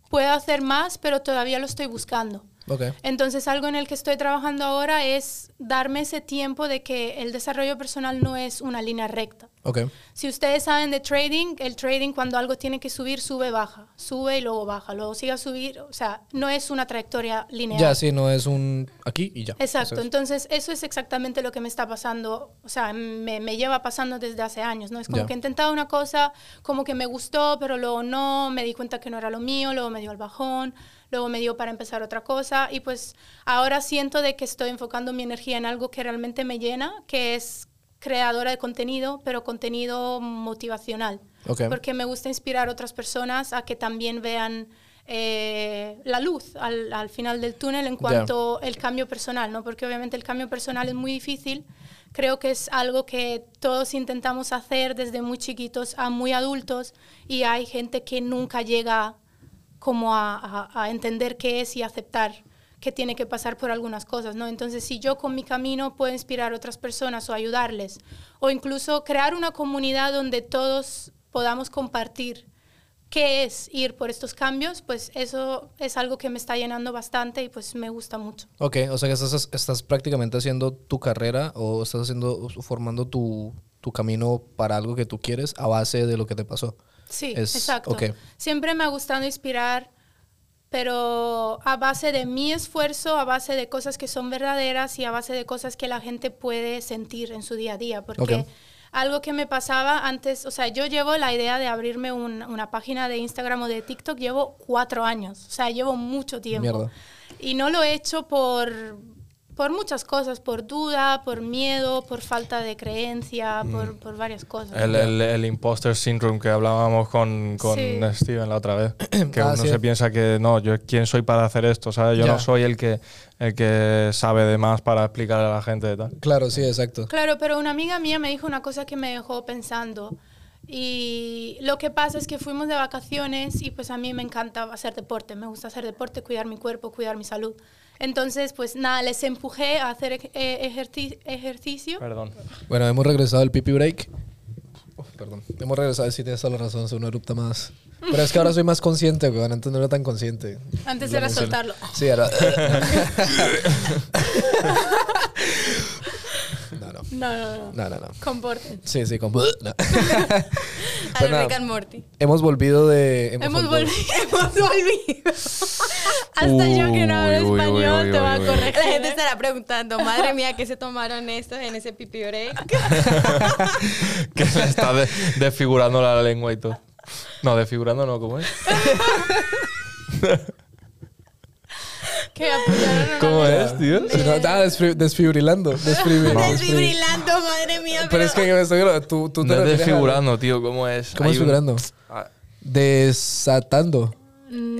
S1: puedo hacer más, pero todavía lo estoy buscando.
S2: Ok.
S1: Entonces algo en el que estoy trabajando ahora es darme ese tiempo de que el desarrollo personal no es una línea recta.
S2: Ok.
S1: Si ustedes saben de trading, el trading cuando algo tiene que subir, sube, baja, sube y luego baja, luego sigue a subir, o sea, no es una trayectoria lineal.
S2: Ya, sí, no es un aquí y ya.
S1: Exacto,
S2: Eso es.
S1: entonces eso es exactamente lo que me está pasando, o sea, me, me lleva pasando desde hace años, ¿no? Es como
S2: Ya.
S1: que he intentado una cosa, como que me gustó, pero luego no, me di cuenta que no era lo mío, luego me dio el bajón, luego me dio para empezar otra cosa y pues ahora siento de que estoy enfocando mi energía en algo que realmente me llena, que es creadora de contenido, pero contenido motivacional.
S2: Ok.
S1: Porque me gusta inspirar a otras personas a que también vean eh, la luz al, al final del túnel en
S2: Ya.
S1: cuanto el cambio personal, ¿no? Porque obviamente el cambio personal es muy difícil. Creo que es algo que todos intentamos hacer desde muy chiquitos a muy adultos y hay gente que nunca llega como a, a- a entender qué es y aceptar que tiene que pasar por algunas cosas, ¿no? Entonces, si yo con mi camino puedo inspirar a otras personas o ayudarles, o incluso crear una comunidad donde todos podamos compartir qué es ir por estos cambios, pues eso es algo que me está llenando bastante y pues me gusta mucho.
S2: Ok, o sea que estás, estás prácticamente haciendo tu carrera o estás haciendo, formando tu, tu camino para algo que tú quieres a base de lo que te pasó.
S1: Sí,
S2: Es-
S1: exacto.
S2: ok.
S1: Siempre me ha gustado inspirar, pero a base de mi esfuerzo, a base de cosas que son verdaderas y a base de cosas que la gente puede sentir en su día a día. Porque
S2: Ok.
S1: algo que me pasaba antes, o sea, yo llevo la idea de abrirme un- una página de Instagram o de TikTok, llevo cuatro años, o sea, llevo mucho tiempo.
S2: Mierda.
S1: Y no lo he hecho por por muchas cosas, por duda, por miedo, por falta de creencia,
S2: Mm.
S1: por, por varias cosas.
S3: El, el, el imposter syndrome que hablábamos con, con
S1: Sí.
S3: Steven la otra vez. Que
S2: Ah,
S3: uno
S2: sí.
S3: se piensa que no, yo quién soy para hacer esto, ¿sabes? Yo
S2: Ya.
S3: no soy el que, el que sabe de más para explicar a la gente y tal.
S2: Claro, sí, exacto.
S1: Claro, pero una amiga mía me dijo una cosa que me dejó pensando. Y lo que pasa es que fuimos de vacaciones y pues a mí me encanta hacer deporte, me gusta hacer deporte, cuidar mi cuerpo, cuidar mi salud. Entonces, pues nada, les empujé a hacer ej- eh, ejerci- ejercicio.
S3: Perdón.
S2: Bueno, hemos regresado al pipi break. Uf, perdón. Hemos regresado, sí, tienes toda la razón, soy una erupta más. Pero es que ahora soy más consciente, weón. Antes no era tan consciente.
S1: Antes
S2: Lo
S1: era
S2: mencioné.
S1: soltarlo.
S2: Sí, era. no, no.
S1: No, no, no.
S2: No, no, no.
S1: Comporten.
S2: Sí, sí, como. no.
S4: A
S2: Pues
S4: la
S2: nada,
S4: Rick and Morty.
S2: Hemos volvido de.
S1: Hemos volvido.
S4: Hemos volvido.
S1: Hasta yo que no hablo
S3: Uy, uy, uy,
S1: español
S3: uy,
S1: te va a
S3: uy, uy.
S1: corregir.
S4: La gente estará preguntando, madre mía, ¿qué se tomaron estos en ese pipi
S2: Ah,
S4: break?
S3: que le está de- desfigurando la lengua y todo. No, desfigurando no, ¿cómo es?
S1: que apoyaron una
S3: ¿Cómo
S1: vez.
S3: es, tío?
S2: Sí, no, estaba desfri- desfibrilando. desfibri- desfibri-
S4: Desfibrilando, madre mía.
S2: Pero es que yo me estoy. Tú, tú te
S3: No es
S2: refieres a-
S3: desfigurando, tío, ¿cómo es?
S2: ¿Cómo
S3: Hay un-
S2: desfigurando?
S3: Ah,
S2: Desatando.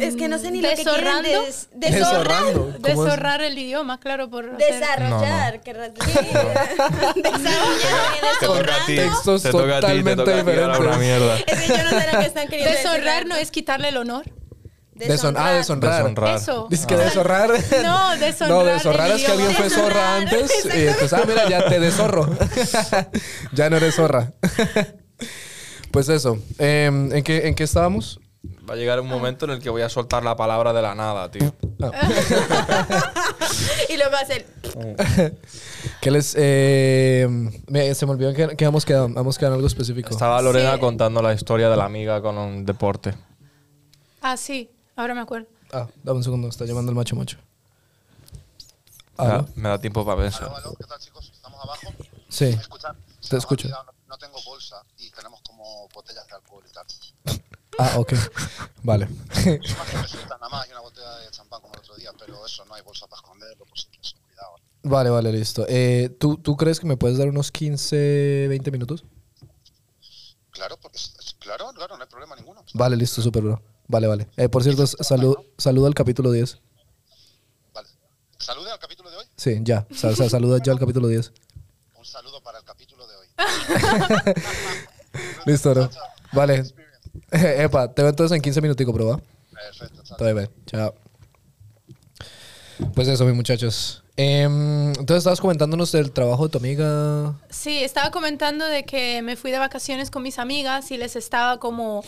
S4: Es que no sé ni lo que
S1: Deshorrando.
S4: quieren des- deshorrar.
S2: Deshorrando. ¿Cómo es?
S1: Deshorrar el idioma, claro, por hacer-
S4: Desarrollar, que ras- Desarrollar y
S3: Te toca a ti,
S4: deshorrando.
S2: Textos
S3: te toca a ti, te
S2: totalmente
S3: toca a ti ahora
S2: diferentes.
S3: una mierda.
S4: Es que yo no sé lo que están queriendo decir.
S1: Deshorrar no es quitarle el honor.
S2: Deshon- ah, deshonrar.
S3: Deshonrar. Raro.
S1: Eso.
S2: Dice que deshorrar.
S1: No, deshonrar
S2: No, deshorrar
S1: el
S2: es que alguien fue
S4: idioma.
S2: zorra
S4: Deshonrar,
S2: antes. Y pues, ah, mira, ya te deshorro. ya no eres zorra. pues eso. Eh, ¿en, qué, ¿En qué estábamos?
S3: Va a llegar un momento en el que voy a soltar la palabra de la nada, tío.
S4: Y luego hacer.
S2: ¿Qué les. eh, me- se me olvidó que, que hemos quedado. Hemos quedado en algo específico.
S3: Estaba Lorena
S1: Sí.
S3: contando la historia de la amiga con un deporte.
S1: Ah, sí, ahora me acuerdo.
S2: Ah, dame un segundo. Está llamando el macho macho.
S3: Me da-
S2: ¿Aló? Ah,
S3: Me da tiempo para pensar.
S5: Aló, aló, ¿qué tal chicos? ¿Estamos abajo?
S2: Sí.
S5: ¿Me escuchan?
S2: Te escucho.
S5: No, no, no tengo bolsa y tenemos como botellas de alcohol y tal.
S2: Ah, ok. Vale.
S5: Son más que pesetas nada más y una botella de champán como el otro día, pero eso, no hay bolsa para esconderlo, por si quieres, cuidado.
S2: vale, vale, listo. Eh, ¿tú, ¿Tú crees que me puedes dar unos 15, 20 minutos?
S5: Claro, porque es- es- claro, claro, no hay problema ninguno.
S2: Vale, listo, súper bro. Vale, vale. Eh, por cierto, salud, saluda al capítulo 10.
S5: Vale. Salude al capítulo de hoy.
S2: Sí, ya. Sa- sa- saluda ya al capítulo 10.
S5: Un saludo para el capítulo de hoy.
S2: Listo, bro. Vale. Epa, te veo entonces en 15 minuticos, bro. ¿va?
S5: Perfecto, chao.
S2: Todavía ve. Chao. Pues eso, mis muchachos. Em, entonces estabas comentándonos del trabajo de tu amiga.
S1: Sí, estaba comentando de que me fui de vacaciones con mis amigas y les estaba como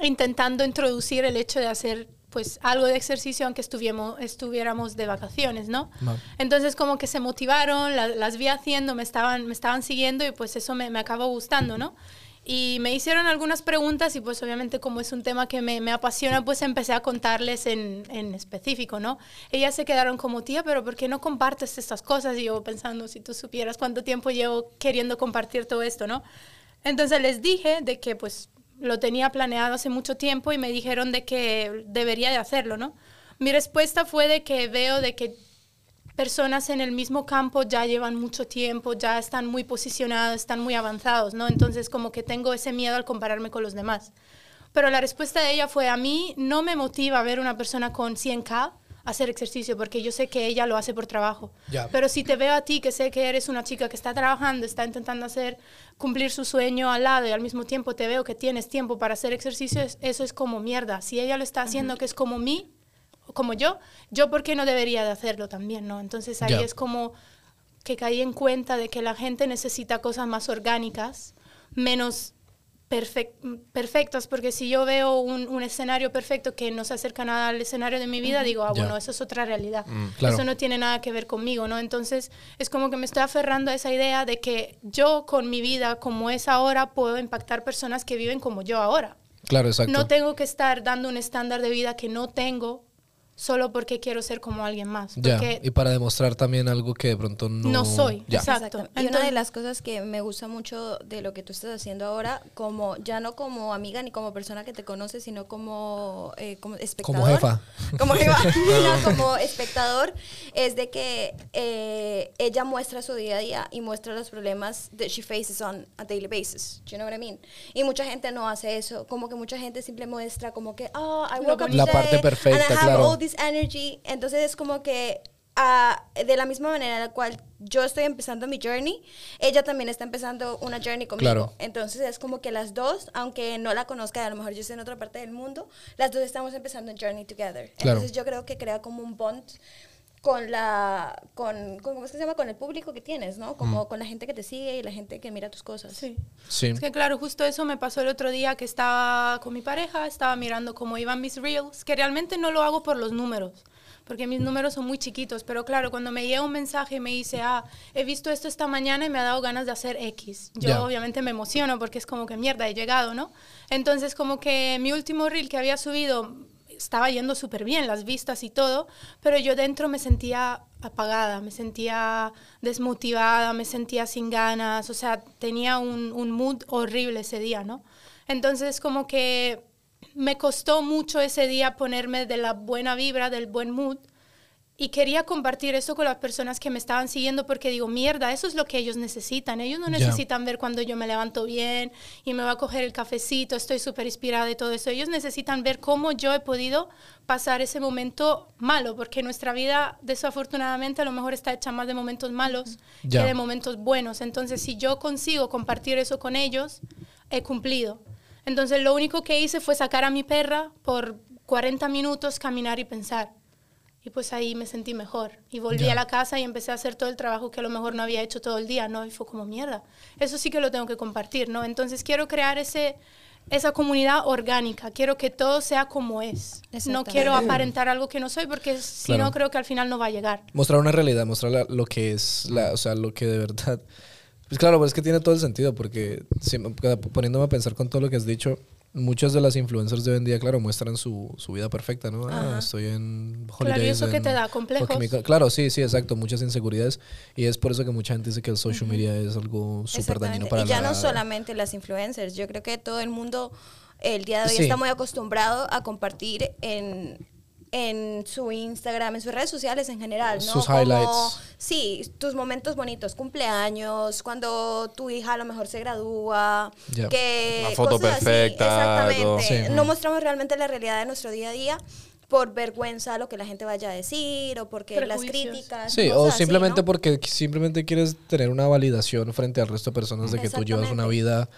S1: intentando introducir el hecho de hacer pues algo de ejercicio aunque estuviéramos, estuviéramos de vacaciones, ¿no?
S2: Vale.
S1: Entonces como que se motivaron, la- las vi haciendo, me estaban, me estaban siguiendo y pues eso me, me acabó gustando, ¿no? Y me hicieron algunas preguntas y pues obviamente como es un tema que me, me apasiona, pues empecé a contarles en, en específico, ¿no? Ellas se quedaron como, tía, pero ¿por qué no compartes estas cosas? Y yo pensando, si tú supieras cuánto tiempo llevo queriendo compartir todo esto, ¿no? Entonces les dije de que pues lo tenía planeado hace mucho tiempo y me dijeron de que debería de hacerlo, ¿no? Mi respuesta fue de que veo de que personas en el mismo campo ya llevan mucho tiempo, ya están muy posicionados, están muy avanzados, ¿no? Entonces como que tengo ese miedo al compararme con los demás. Pero la respuesta de ella fue, a mí no me motiva ver una persona con 100K hacer ejercicio, porque yo sé que ella lo hace por trabajo.
S2: Ya.
S1: Pero si te veo a ti, que sé que eres una chica que está trabajando, está intentando hacer, cumplir su sueño al lado y al mismo tiempo te veo que tienes tiempo para hacer ejercicio, es- eso es como mierda. Si ella lo está haciendo, que es como mí, como yo, yo por qué no debería de hacerlo también, ¿no? Entonces ahí
S2: Ya.
S1: es como que caí en cuenta de que la gente necesita cosas más orgánicas, menos perfec- perfectas, porque si yo veo un, un escenario perfecto que no se acerca nada al escenario de mi vida, digo, ah,
S2: Ya. Mm,
S1: bueno, eso es otra realidad.
S2: claro.
S1: Eso no tiene nada que ver conmigo, ¿no? Entonces es como que me estoy aferrando a esa idea de que yo con mi vida como es ahora puedo impactar personas que viven como yo ahora.
S2: Claro, exacto.
S1: No tengo que estar dando un estándar de vida que no tengo solo porque quiero ser como alguien más.
S2: Ya,
S1: Porque
S2: y para demostrar también algo que de pronto no...
S1: No soy,
S2: Ya.
S1: exacto.
S4: Y una de
S1: Entonces-
S4: las cosas que me gusta mucho de lo que tú estás haciendo ahora, como ya no como amiga ni como persona que te conoce, sino como, eh, como espectador.
S2: jefa.
S4: Como jefa, no, como espectador, es de que eh, ella muestra su día a día y muestra los problemas that she faces on a daily basis. Do you know what I mean? Y mucha gente no hace eso. Como que mucha gente simple muestra como que, oh, I
S1: Lo
S4: woke up
S2: bonito. La
S4: today
S2: parte
S4: and I
S2: perfecta,
S4: have
S2: claro.
S4: all this energy. Entonces es como que ah, de la misma manera en la cual yo estoy empezando mi journey, ella también está empezando una journey conmigo.
S2: Claro.
S4: Entonces es como que las dos, aunque no la conozca, a lo mejor yo esté en otra parte del mundo, las dos estamos empezando un journey together.
S2: Claro.
S4: Entonces yo creo que crea como un bond con la con, con- ¿cómo es que se llama? con el público que tienes, ¿no?
S2: Mm.
S4: Como con la gente que te sigue y la gente que mira tus cosas.
S1: Sí.
S2: Sí.
S1: Es que claro, justo eso me pasó el otro día que estaba con mi pareja, estaba mirando cómo iban mis reels, que realmente no lo hago por los números, porque mis números son muy chiquitos, pero claro, cuando me llega un mensaje y me dice, ah, he visto esto esta mañana y me ha dado ganas de hacer X, yo
S2: Ya.
S1: obviamente me emociono porque es como que mierda, he llegado, ¿no? Entonces como que mi último reel que había subido estaba yendo súper bien, las vistas y todo, pero yo dentro me sentía apagada, me sentía desmotivada, me sentía sin ganas, o sea, tenía un, un mood horrible ese día, ¿no? Entonces como que me costó mucho ese día ponerme de la buena vibra, del buen mood, y quería compartir eso con las personas que me estaban siguiendo porque digo, mierda, eso es lo que ellos necesitan. Ellos no
S2: Ya.
S1: necesitan ver cuando yo me levanto bien y me va a coger el cafecito, estoy súper inspirada y todo eso. Ellos necesitan ver cómo yo he podido pasar ese momento malo, porque nuestra vida desafortunadamente a lo mejor está hecha más de momentos malos
S2: Ya.
S1: que de momentos buenos. Entonces, si yo consigo compartir eso con ellos, he cumplido. Entonces, lo único que hice fue sacar a mi perra por 40 minutos, caminar y pensar. Y pues ahí me sentí mejor. Y volví
S2: Ya.
S1: a la casa y empecé a hacer todo el trabajo que a lo mejor no había hecho todo el día, ¿no? Y fue como mierda. Eso sí que lo tengo que compartir, ¿no? Entonces quiero crear ese, esa comunidad orgánica. Quiero que todo sea como es. No
S4: Exactamente.
S1: quiero aparentar algo que no soy porque si
S2: Claro.
S1: no creo que al final no va a llegar.
S2: Mostrar una realidad, mostrar la- lo que es, la, o sea, lo que de verdad. Pues claro, pues es que tiene todo el sentido, porque si- poniéndome a pensar con todo lo que has dicho, muchas de las influencers de hoy en día, claro, muestran su, su vida perfecta, ¿no? Ah, estoy en
S1: Claro, y eso que
S2: en-
S1: te da complejos.
S2: porque mi- claro, sí, sí, exacto, muchas inseguridades. Y es por eso que mucha gente dice que el social media es algo súper dañino
S4: Exactamente.
S2: para
S4: Y ya
S2: la-
S4: no solamente las influencers, yo creo que todo el mundo el día de hoy
S2: Sí.
S4: está muy acostumbrado a compartir en, en su Instagram, en sus redes sociales en general, ¿no?
S2: Sus
S4: Como-
S2: highlights.
S4: sí, tus momentos bonitos, cumpleaños, cuando tu hija a lo mejor se gradúa,
S2: Ya.
S4: que
S3: Una foto
S4: cosas así,
S3: perfecta, algo.
S4: exactamente.
S2: Sí.
S4: No mostramos realmente la realidad de nuestro día a día por vergüenza a lo que la gente vaya a decir o porque las
S1: Prejuicios.
S4: críticas.
S2: Sí, o
S4: cosas así,
S2: simplemente
S4: ¿no?
S2: porque qu- simplemente quieres tener una validación frente al resto de personas de que tú llevas una vida,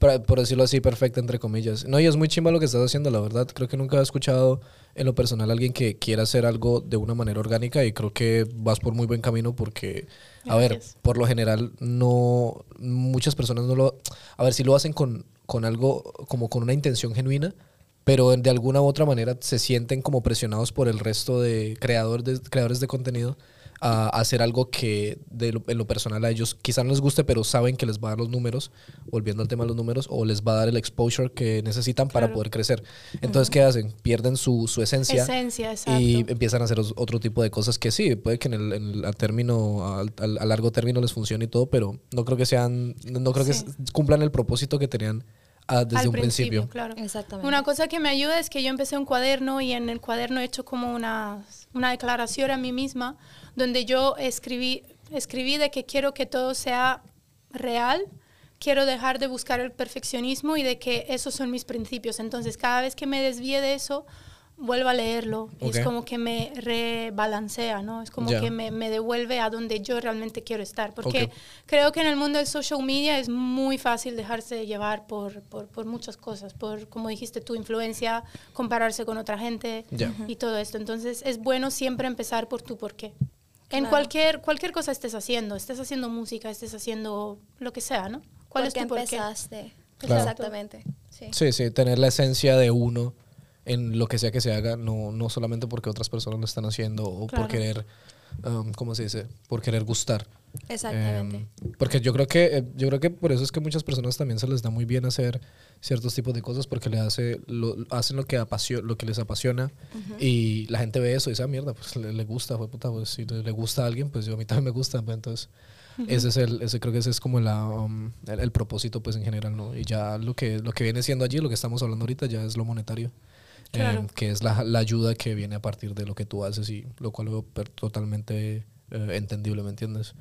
S2: pra- por decirlo así, perfecta, entre comillas. No, y es muy chimba lo que estás haciendo, la verdad. Creo que nunca he escuchado en lo personal a alguien que quiera hacer algo de una manera orgánica y creo que vas por muy buen camino porque, a ver, por lo general no, muchas personas no lo, a ver, si lo hacen con, con algo, como con una intención genuina, pero de alguna u otra manera se sienten como presionados por el resto de, creador de creadores de contenido a hacer algo que de lo- en lo personal a ellos quizá no les guste, pero saben que les va a dar los números, volviendo al tema de los números, o les va a dar el exposure que necesitan para poder crecer. Entonces, ¿qué hacen? Pierden su, su esencia,
S1: Esencia, exacto.
S2: y empiezan a hacer os- otro tipo de cosas que sí, puede que en el, en el- a, término, al- al- a largo término les funcione y todo, pero no creo que sean, no creo que
S1: Sí.
S2: s- cumplan el propósito que tenían ah, desde
S1: Al
S2: un principio.
S1: Claro.
S4: Exactamente.
S1: Una cosa que me ayuda es que yo empecé un cuaderno y en el cuaderno he hecho como una, una declaración a mí misma donde yo escribí, escribí de que quiero que todo sea real, quiero dejar de buscar el perfeccionismo y de que esos son mis principios. Entonces cada vez que me desvíe de eso, vuelvo a leerlo y
S2: Ok.
S1: es como que me rebalancea, ¿no? Es como
S2: Ya.
S1: que me, me devuelve a donde yo realmente quiero estar. Porque
S2: Ok.
S1: creo que en el mundo del social media es muy fácil dejarse llevar por, por, por muchas cosas, por, como dijiste, tu influencia, compararse con otra gente
S2: Ya.
S1: y todo esto. Entonces es bueno siempre empezar por tu por qué. En
S4: Claro.
S1: cualquier, cualquier cosa estés haciendo, estés haciendo música, estés haciendo lo que sea, ¿no? ¿Cuál
S4: ¿Por
S1: es
S4: qué
S1: tu por qué?
S4: empezaste?
S2: Claro.
S4: Exactamente. Sí.
S2: Sí, sí, tener la esencia de uno en lo que sea que se haga, no, no solamente porque otras personas lo están haciendo o
S1: Claro.
S2: por querer, um, ¿cómo se dice? Por querer gustar.
S4: Exactamente.
S2: Em, porque yo creo que eh, yo creo que por eso es que muchas personas también se les da muy bien hacer ciertos tipos de cosas porque le hace lo, hacen lo que apasio- lo que les apasiona y la gente ve eso y dice, "Ah, mierda, pues le, le gusta, fue puta, pues si le le gusta a alguien, pues yo a mí también me gusta, pues, entonces ese es el ese creo que ese es como la, um, el, el propósito pues en general, ¿no? Y ya lo que lo que viene siendo allí, lo que estamos hablando ahorita ya es lo monetario. em,
S1: Claro.
S2: que es la, la ayuda que viene a partir de lo que tú haces y lo cual veo per- totalmente eh, entendible, ¿me entiendes?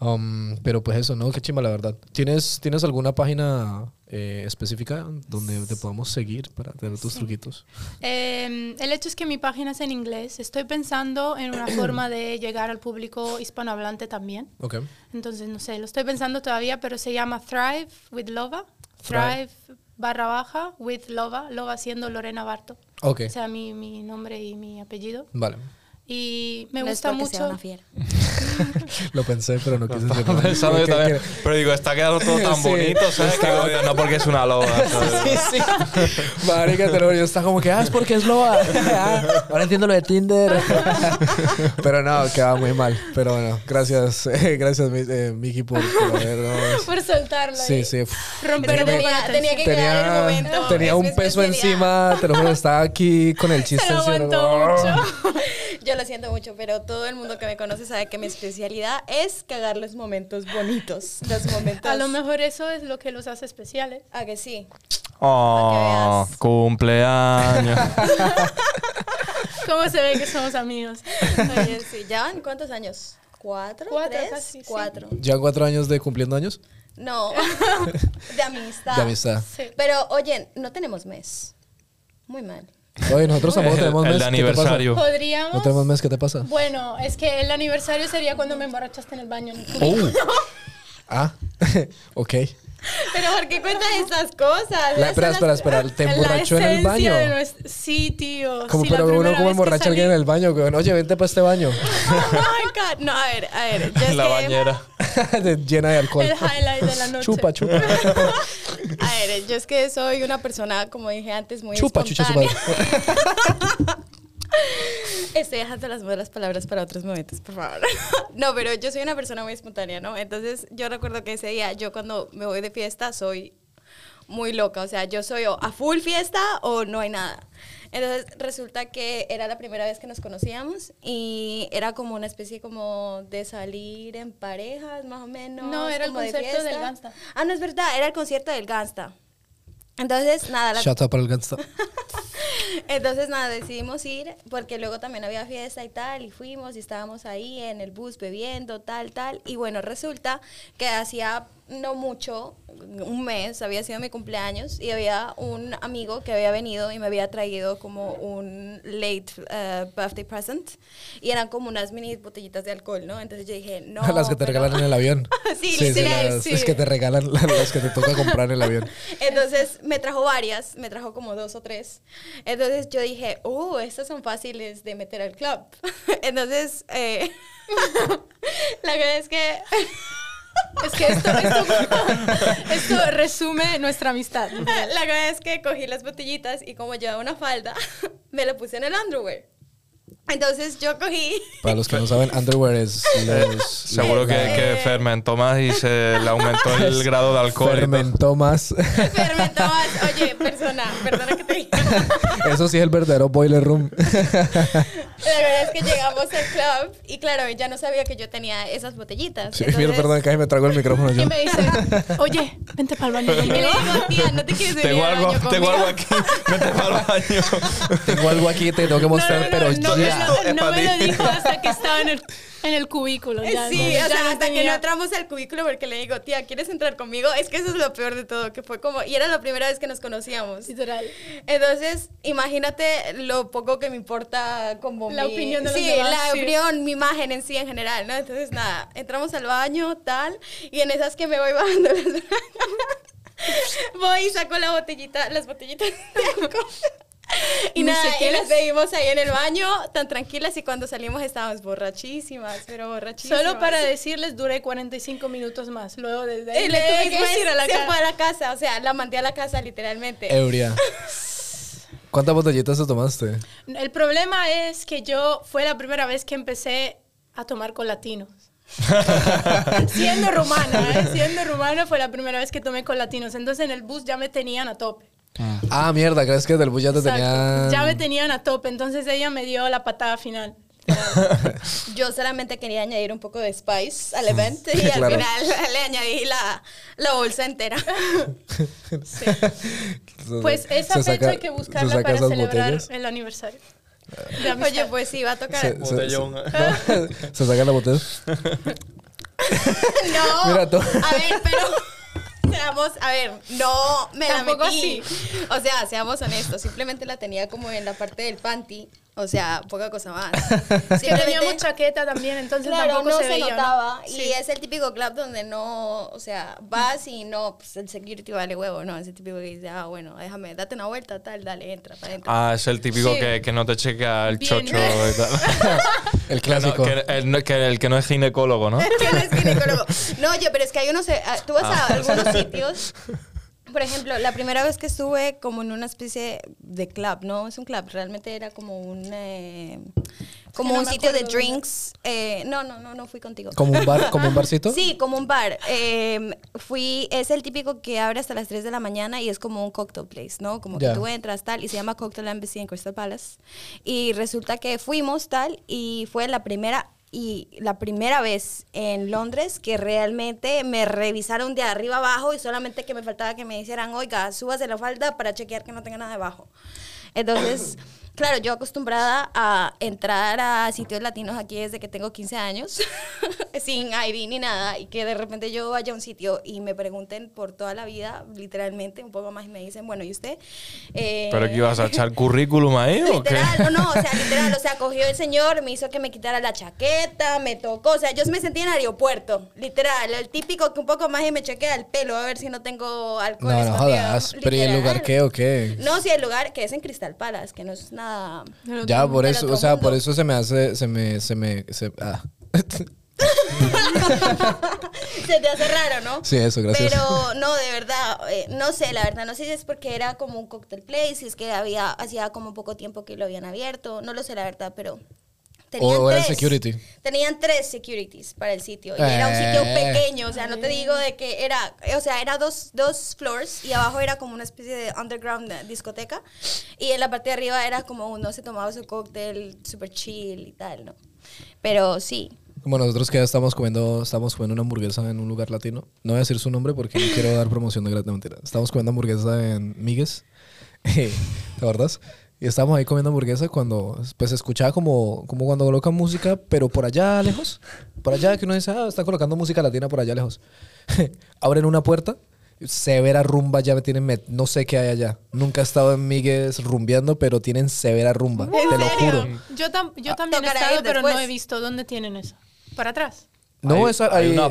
S2: Um, pero pues eso, ¿no? Qué chimba, la verdad. ¿Tienes, ¿tienes alguna página eh, específica donde te podamos seguir para tener tus truquitos?
S1: Eh, el hecho es que mi página es en inglés. Estoy pensando en una forma de llegar al público hispanohablante también.
S2: Ok.
S1: Entonces, no sé, lo estoy pensando todavía, pero se llama Thrive with Lova.
S2: Thrive.
S1: Thrive barra baja with Lova. Lova siendo Lorena Barto.
S2: Ok.
S1: O sea, mi, mi nombre y mi apellido.
S2: Vale.
S1: Y me
S4: No es
S1: gusta
S4: porque sea
S1: mucho.
S4: una fiera.
S2: Lo pensé, pero no quise decirlo.
S3: Pensando yo
S2: Ok,
S3: también.
S2: ok.
S3: Pero digo, está quedando todo tan
S2: Sí,
S3: bonito, ¿sabes? Que
S2: está-
S3: digo, no porque es una loba. ¿sabes?
S2: Sí, sí. Marica, te lo juro, yo estaba como que, ah, es porque es loba. Ah, Ahora entiendo lo de Tinder. pero no, quedaba muy mal. Pero bueno, gracias, eh, gracias, mi- eh, Miki, por, por habernos-
S4: Por soltarla.
S2: Sí,
S4: ahí.
S2: sí.
S1: Romper
S4: Pero
S1: un poco
S4: tenía-
S1: la
S4: tenía
S1: tensión.
S4: que quedar el momento,
S2: tenía
S4: es
S2: un
S4: mi
S2: peso
S4: especialidad.
S2: encima, te lo juro, estaba aquí con el chiste
S4: Se lo
S2: encima.
S4: aguantó
S2: como, "Ah".
S4: mucho. Yo lo siento mucho, pero todo el mundo que me conoce sabe que mi especialidad es cagar los momentos bonitos. Los momentos.
S1: A lo mejor eso es lo que los hace especiales.
S4: Ah, que sí.
S3: Oh,
S4: Para que veas.
S3: cumpleaños.
S1: ¿Cómo se ve que somos amigos?
S4: Oye, sí. ¿Ya van cuántos años? ¿Cuatro?
S1: Cuatro,
S4: ¿Tres?
S1: casi, sí.
S4: Cuatro.
S2: ¿Ya cuatro años de cumpliendo años?
S4: No. De amistad.
S2: De amistad.
S1: Sí.
S4: Pero, oye, no tenemos mes. Muy mal.
S2: Oye, nosotros tampoco
S3: El-
S2: tenemos
S3: el
S2: mes.
S3: de
S2: ¿Qué te pasa?
S3: aniversario.
S1: Podríamos.
S2: No tenemos mes, ¿qué te pasa?
S1: Bueno, es que el aniversario sería cuando me emborrachaste en el baño.
S2: Oh, Ah, ok.
S4: Pero, ¿por qué cuentas esas cosas?
S2: La-
S4: Esas
S2: espera,
S4: son
S2: espera,
S4: las-
S2: espera. ¿Te
S1: La
S2: emborrachó en el
S1: esencia
S2: baño?
S1: de nuestro- Sí, tío.
S2: Como,
S1: sí, la
S2: pero uno
S1: primera
S2: como
S1: vez que
S2: emborracha a alguien en
S1: salí-
S2: el baño, weón. Oye, vente para este baño.
S4: Oh my God. No, a ver, a ver. Yo es
S3: La
S4: que-
S3: bañera.
S2: De- Llena de alcohol.
S1: El highlight de la noche.
S2: Chupa, chupa.
S4: A ver, yo es que soy una persona, como dije antes, muy
S2: chupa, chucha, su madre.
S4: espontánea. Estoy dejando las malas palabras para otros momentos, por favor. No, pero yo soy una persona muy espontánea, ¿no? Entonces, yo recuerdo que ese día, yo cuando me voy de fiesta, soy muy loca. O sea, yo soy o a full fiesta o no hay nada. Entonces, resulta que era la primera vez que nos conocíamos y era como una especie como de salir en parejas, más o menos.
S1: No, era el
S4: como de
S1: concierto del
S4: fiesta.
S1: Gangsta.
S4: Ah, no, es verdad, era el concierto del Gangsta. Entonces, nada, la
S2: Shut up para el gangsta.
S4: entonces nada, decidimos ir porque luego también había fiesta y tal y fuimos y estábamos ahí en el bus bebiendo, tal, tal. Y bueno, resulta que hacía no mucho, un mes, había sido mi cumpleaños y había un amigo que había venido y me había traído como un late eh, birthday present y eran como unas mini botellitas de alcohol, ¿no? Entonces yo dije, no.
S2: las que te
S4: pero-
S2: regalan en el avión.
S4: Sí, literal,
S2: las,
S4: sí.
S2: Es que te regalan la- las que te toca comprar en el avión.
S4: Entonces me trajo varias, me trajo como dos o tres. Entonces yo dije, uh, estas son fáciles de meter al club. Entonces, eh, la verdad es que
S1: Es que esto, esto, esto resume nuestra amistad.
S4: la verdad es que cogí las botellitas y como llevaba una falda, me la puse en el underwear. Entonces yo cogí
S2: Para los que no saben, underwear es los...
S3: Eh, Seguro que, que fermentó más y se le aumentó el grado de alcohol. y todo.
S2: Fermentó más.
S4: fermentó más. Oye, persona, perdona que te diga.
S2: Eso sí es el verdadero boiler room.
S4: La verdad es que llegamos al club y claro, ya no sabía que yo tenía esas botellitas.
S2: Sí,
S4: Entonces-
S2: mierda, perdón, casi me trago el micrófono yo.
S1: Y me dice, oye, vente para el baño
S4: Y le
S1: conmigo.
S4: digo, tía, no te quieres venir
S3: Tengo
S4: al
S3: algo,
S4: baño
S3: tengo algo
S4: conmigo?"
S3: aquí. Vete para el baño.
S2: Tengo algo aquí que te tengo que mostrar, pero
S1: no,
S2: ya.
S1: me lo-
S3: es
S1: no
S3: pa'
S1: me
S3: ti.
S1: lo dijo hasta que estaba en el, en el cubículo. Ya,
S4: Eh, sí,
S1: ya
S4: o sea,
S1: no
S4: hasta que no
S1: tenía-
S4: entramos al cubículo porque le digo, tía, ¿quieres entrar conmigo? Es que eso es lo peor de todo, que fue como, y era la primera vez que nos conocíamos.
S1: Literal.
S4: Entonces, imagínate lo poco que me importa como
S1: La
S4: mi-
S1: opinión de los
S4: sí,
S1: demás,
S4: la
S1: sí.
S4: opinión, mi imagen en sí en general, ¿no? Entonces, nada, entramos al baño, tal, y en esas que me voy bajando las voy y saco la botellita, las botellitas de alcohol. Y
S1: Ni
S4: nada, y
S1: siquiera-
S4: las bebimos ahí en el baño, tan tranquilas, y cuando salimos estábamos borrachísimas, pero borrachísimas.
S1: Solo para decirles, duré 45 minutos más. Luego desde ahí
S4: Y
S1: me
S4: le
S1: tuve que
S4: después
S1: ir a la
S4: se
S1: casa.
S4: fue a la casa, o sea, la mandé a la casa literalmente.
S2: Euria. ¿Cuántas botellitas te tomaste?
S1: El problema es que yo fue la primera vez que empecé a tomar con latinos. siendo rumana, ¿eh? siendo rumana fue la primera vez que tomé con latinos. Entonces en el bus ya me tenían a tope.
S2: Ah, mierda, crees que del bus ya te
S1: Exacto.
S2: tenían.
S1: Ya me tenían a tope, entonces ella me dio la patada final.
S4: Yo solamente quería añadir un poco de spice al evento y al
S2: Claro.
S4: final le añadí la, la bolsa entera.
S1: Sí.
S2: Se-
S1: Pues esa
S2: se
S1: fecha
S2: saca-
S1: hay que
S2: se
S1: buscarla
S2: saca
S1: para
S2: esas
S1: celebrar
S2: botellas.
S1: el aniversario. de amistad.
S4: Oye, pues sí, va a tocar.
S2: Se- se- se-
S3: Botellón.
S2: no, se sacan las botellas.
S4: No.
S2: Mira tú.
S4: A ver, pero. Seamos, a ver, no me la
S1: Tampoco
S4: metí. O sea, seamos honestos. Simplemente la tenía como en la parte del panty. O sea, poca cosa más.
S1: que teníamos
S4: Simplemente-
S1: chaqueta también, entonces
S4: Claro,
S1: tampoco
S4: no se,
S1: se, veía, ¿no?
S4: notaba.
S1: Sí.
S4: Y es el típico club donde no, o sea, vas y no, pues el security vale huevo, ¿no? Es el típico que dice, ah, bueno, déjame, date una vuelta, tal, dale, entra, para adentro.
S3: Ah, es el típico
S1: Sí.
S3: que, que no te checa el
S1: Bien.
S3: chocho y tal.
S2: El
S3: Que no-
S2: clásico.
S3: que el, no- que el que no es ginecólogo, ¿no?
S4: Que no es ginecólogo. No, oye, pero es que hay unos. eh, ah, Tú vas a
S3: Ah.
S4: algunos sitios. Por ejemplo, la primera vez que estuve como en una especie de club, no es un club, realmente era como un eh, como
S1: no
S4: un
S1: me
S4: sitio de
S1: acuerdo dónde.
S4: drinks. eh, no, no, no, no fui contigo.
S2: Como un bar, como un barcito.
S4: Sí, como un bar. Eh, fui, es el típico que abre hasta las 3 de la mañana y es como un cocktail place, ¿no? Como
S2: Ya.
S4: que tú entras tal y se llama Cocktail Embassy en Crystal Palace. Y resulta que fuimos tal y fue la primera y la primera vez en Londres que realmente me revisaron de arriba abajo y solamente que me faltaba que me dijeran, oiga, súbase la falda para chequear que no tenga nada debajo. Entonces, claro, yo acostumbrada a entrar a sitios latinos aquí desde que tengo 15 años, sin ID ni nada, y que de repente yo vaya a un sitio y me pregunten por toda la vida, literalmente, un poco más, y me dicen, bueno, ¿y usted? Eh,
S3: ¿Pero que ibas a echar currículum ahí o qué?
S4: Literal, no, no, o sea, literal, o sea, cogió el señor, me hizo que me quitara la chaqueta, me tocó, o sea, yo me sentí en aeropuerto, literal, el típico que un poco más y me chequea el pelo a ver si no tengo alcohol.
S2: No, no
S4: escondido,
S2: jodas. Pero ¿y el
S4: literal.
S2: lugar qué o qué?
S4: No, sí, el lugar que es en Crystal Palace, que no es nada.
S2: Ya, por
S4: del
S2: eso,
S4: otro
S2: o sea,
S4: mundo.
S2: por eso se me hace, se me, se me, se- ah.
S4: Se te hace raro, ¿no?
S2: Sí, eso, gracias.
S4: Pero no, de verdad, eh, no sé, la verdad, no sé si es porque era como un cocktail place, si es que había, hacía como poco tiempo que lo habían abierto, no lo sé, la verdad, pero. Tenían
S2: O era
S4: tres,
S2: security.
S4: Tenían tres securities para el sitio. Y era un sitio
S2: Eh.
S4: pequeño, o sea, no te digo de que era, o sea, era dos, dos floors y abajo era como una especie de underground eh, discoteca. Y en la parte de arriba era como uno se tomaba su cóctel super chill y tal, ¿no? Pero sí,
S2: Como nosotros que ya estamos comiendo, estamos comiendo una hamburguesa en un lugar latino. No voy a decir su nombre porque no quiero dar promoción de gratis. No, mentira. Estamos comiendo hamburguesa en Migues. eh, ¿Te acuerdas? Y estábamos ahí comiendo hamburguesa cuando, pues, se escuchaba como, como cuando colocan música, pero por allá lejos. Por allá que uno dice, ah, están colocando música latina por allá lejos. Abren una puerta, severa rumba, ya me tienen, met- no sé qué hay allá. Nunca he estado en Migues rumbeando, pero tienen severa rumba. Te lo juro.
S1: Yo, tam- yo también he
S4: Ah, Tocará
S1: estado,
S4: ir
S1: pero
S4: después.
S1: no he visto dónde tienen eso. Para atrás.
S2: No,
S3: hay,
S2: esa-
S3: hay
S2: ahí-
S3: una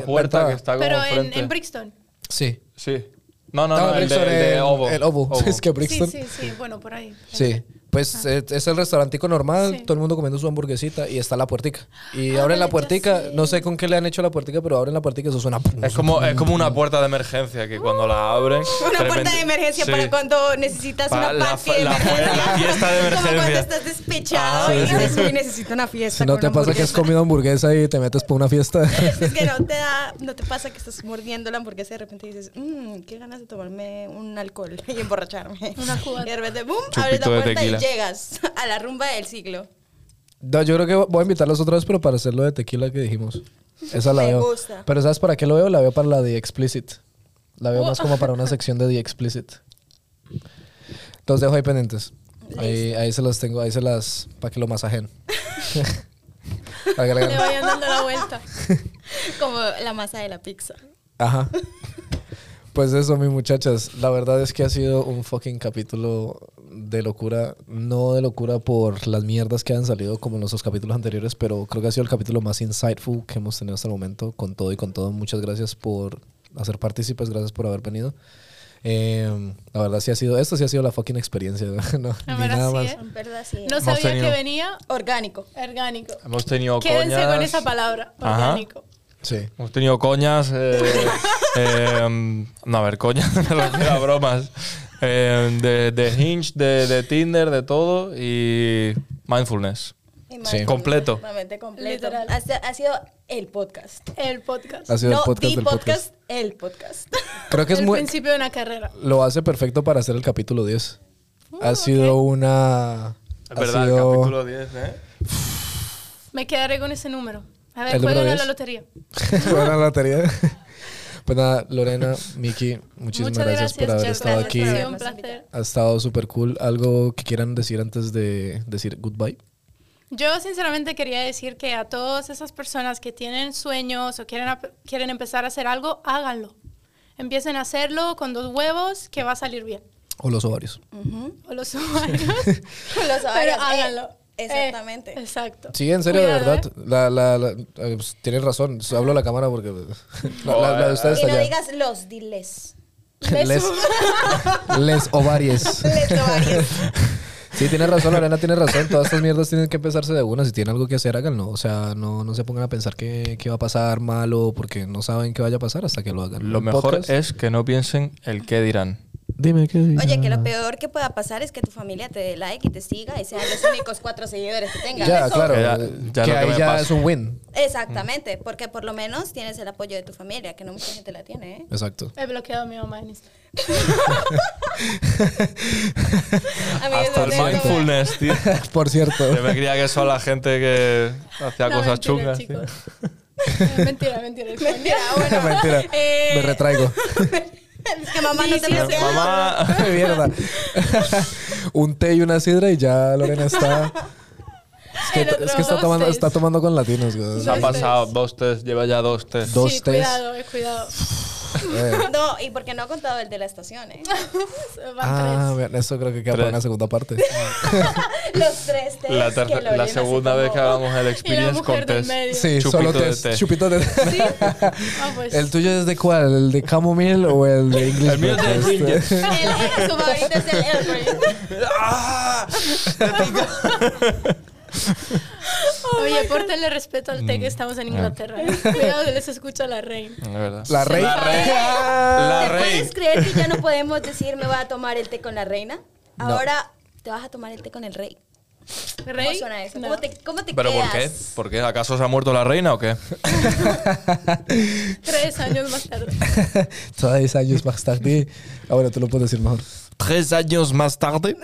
S2: entrada.
S3: puerta que está como
S1: Pero en,
S3: enfrente.
S1: en Brixton.
S2: Sí.
S3: Sí. No, no,
S2: No,
S3: no, el, de,
S2: Brixton,
S3: el de
S2: el-
S3: Ovo.
S2: el Ovo. Es que Brixton.
S1: Sí, sí, sí. Bueno, por ahí.
S2: Sí. Pues eh, es el restaurantico normal,
S1: Sí.
S2: todo el mundo comiendo su hamburguesita y está la puertica. Y
S1: Ah,
S2: abren la
S1: ya
S2: puertica,
S1: sé.
S2: no sé con qué le han hecho la puertica, pero abren la puertica y eso suena.
S3: Es como, es como una puerta de emergencia que cuando la abren.
S4: Una puerta
S3: repente-
S4: de emergencia
S3: Sí.
S4: para cuando necesitas
S3: Para
S4: una
S3: la
S4: party
S3: fa-
S4: de
S3: la fue-
S4: emergencia.
S3: la fiesta de
S4: Como cuando
S3: emergencia.
S4: estás despechado
S3: Ah,
S4: y
S3: sí,
S4: dices, uy, necesito una fiesta.
S2: Si no
S4: con
S2: te
S4: una
S2: pasa que has comido hamburguesa y te metes por una fiesta.
S4: hamburguesa. Es que no te da, no te pasa que estás mordiendo la hamburguesa y de repente dices, mmm, qué ganas de tomarme un alcohol y emborracharme.
S1: Una cubata.
S4: Y de repente, boom, abres la
S3: Chupito de
S4: puerta y
S3: tequila.
S4: llegas a la rumba del siglo.
S2: No, yo creo que voy a invitarlos otra vez, pero para hacer lo de tequila que dijimos. Esa la
S4: Me
S2: veo.
S4: gusta.
S2: Pero ¿sabes para qué lo veo? La veo para la de Explicit. La veo más como para una sección de The Explicit. Los dejo ahí pendientes. Ahí, ahí se las tengo, ahí se las. para que lo masajen. Para que le
S1: Le
S2: hagan-
S1: vayan dando la vuelta.
S4: Como la masa de la pizza.
S2: Ajá. Pues eso, mis muchachas. La verdad es que ha sido un fucking capítulo de locura. No de locura por las mierdas que han salido como en nuestros capítulos anteriores, pero creo que ha sido el capítulo más insightful que hemos tenido hasta el momento, con todo y con todo. Muchas gracias por hacer partícipes, gracias por haber venido. Eh, la verdad sí ha sido, esto sí ha sido la fucking experiencia, no,
S1: La
S2: ni
S1: verdad
S2: nada
S1: sí,
S2: más.
S1: ¿eh?
S4: En verdad, sí.
S1: No
S3: Hemos
S1: sabía
S3: tenido-
S1: que venía
S4: Orgánico.
S1: orgánico.
S3: Hemos tenido
S1: Quédense
S3: coñas.
S1: con esa palabra,
S3: Ajá.
S1: orgánico.
S2: Sí.
S3: Hemos em, tenido coñas. eh, eh, no, a ver, coñas, me refiero a bromas. Eh, de, de Hinge, de, de Tinder, de todo y mindfulness.
S2: Sí.
S3: Completo.
S4: Completamente completo.
S1: Literal.
S4: Ha, se- ha sido el podcast.
S1: El podcast.
S2: Ha sido
S4: no,
S2: el podcast
S4: the
S2: del podcast.
S4: podcast, el podcast.
S2: Creo que es
S1: el
S2: muy.
S1: principio de una carrera.
S2: Lo hace perfecto para hacer el capítulo 10. ha sido una.
S3: Es
S2: ha
S3: verdad,
S2: sido-
S3: capítulo 10, ¿eh?
S1: Me quedaré con ese número. A ver,
S2: El número
S1: juegan a la
S2: 10.
S1: lotería.
S2: Buena lotería. Pues nada, Lorena, Miki, muchísimas
S1: Muchas
S2: gracias, por haber
S1: chicas.
S2: estado
S1: Gracias
S2: aquí.
S1: por habernos Ha sido un placer.
S2: Ha estado súper cool. ¿Algo que quieran decir antes de decir goodbye?
S1: Yo sinceramente quería decir que a todas esas personas que tienen sueños o quieren, ap- quieren empezar a hacer algo, háganlo. Empiecen a hacerlo con dos huevos que va a salir bien.
S2: O los ovarios.
S1: O los ovarios.
S4: Los
S1: Pero
S4: ovarios, eh,
S1: háganlo. Eh,
S4: exactamente.
S1: exacto.
S2: Sí, en serio, de
S1: Cuidado,
S2: verdad. La, la, la- eh, pues, tienen razón. Hablo a la cámara porque la, la- la de ustedes
S4: y
S2: está
S4: no
S2: allá.
S4: digas los, diles.
S2: Les, les ovarios.
S4: Les ovarios.
S2: Sí, tienes razón, Lorena, tienes razón. Todas estas mierdas tienen que empezarse de una. Si tienen algo que hacer, háganlo. O sea, no, no se pongan a pensar que, que va a pasar malo porque no saben qué vaya a pasar hasta que lo hagan.
S3: Lo
S2: Un
S3: mejor
S2: podcast-
S3: es que no piensen el qué dirán.
S2: Dime qué
S4: Oye, que lo
S2: dirás.
S4: peor que pueda pasar es que tu familia te dé like y te siga y sean los únicos cuatro seguidores que tengas.
S2: Ya, claro.
S3: Que ya-
S2: eh,
S3: ya
S2: que
S3: lo que
S2: ahí
S3: me
S2: ya
S3: pasa.
S2: es un win.
S4: Exactamente, porque por lo menos tienes el apoyo de tu familia, que no mucha gente la tiene, ¿eh?
S2: Exacto.
S1: He bloqueado a mi mamá en Instagram.
S4: Amigos,
S3: Hasta el
S4: de- de-
S3: mindfulness, tío.
S2: Por cierto.
S3: Yo me creía que son la gente que hacía
S1: No, mentira,
S3: cosas chungas. tío.
S1: chicos. Eh, mentira, mentira. es coña.
S4: Mentira, bueno.
S2: Mentira.
S4: Eh,
S2: Me retraigo.
S4: Es que mamá no te
S3: Pero,
S4: bloquea.
S3: Mamá,
S2: Mierda. un té y una sidra y ya Lorena está. Es que,
S1: El otro
S2: es que está
S1: dos
S2: tomando,
S1: tés.
S2: está tomando con latinos. güey.
S3: se ha
S1: Dos
S3: pasado
S1: tés.
S3: dos test, lleva ya dos test.
S2: Dos
S1: sí,
S2: tés.
S1: cuidado, eh, cuidado.
S2: Eh,
S4: No, y porque no ha contado el de la estación, ¿eh?
S1: Van
S2: Ah,
S1: tres.
S2: bien, eso creo que queda
S3: Tres.
S2: para una segunda parte.
S4: Los tres test
S3: La,
S4: que
S3: tercera-
S4: Lorena
S3: la
S4: se
S3: segunda
S4: tomó.
S3: vez que hagamos el
S1: Y la
S3: experience
S1: mujer
S3: con
S1: del
S3: test.
S1: medio.
S2: Sí,
S3: Chupito
S2: solo
S3: de
S2: test,
S3: té.
S2: Chupito de
S1: Sí. Ah, pues.
S2: ¿El tuyo es de cuál? ¿El de chamomile o el de English
S3: El mío es de
S2: breakfast?
S1: E
S3: ginger.
S4: El- eh, su favorito es el Earl Grey. Oh
S1: Oye, pórtenle respeto al té que
S3: Mm,
S1: estamos
S3: ah.
S1: en Inglaterra. eh. Cuidado que les escucha la reina.
S3: La verdad.
S2: La rey.
S3: La rey. La
S4: ¿Te
S3: rey.
S4: puedes creer que ya no podemos decir me voy a tomar el té con la reina? Ahora te vas a tomar el té con el rey.
S1: ¿Rey?
S4: ¿Cómo suena eso?
S1: No.
S4: ¿Cómo te, cómo te
S3: ¿Pero por qué?
S4: quedas?
S3: ¿Por qué? ¿Acaso se ha muerto la reina o qué?
S1: Tres años más tarde.
S2: Tres años más tarde. Ah, bueno, tú lo puedes decir mejor.
S3: Tres años más tarde.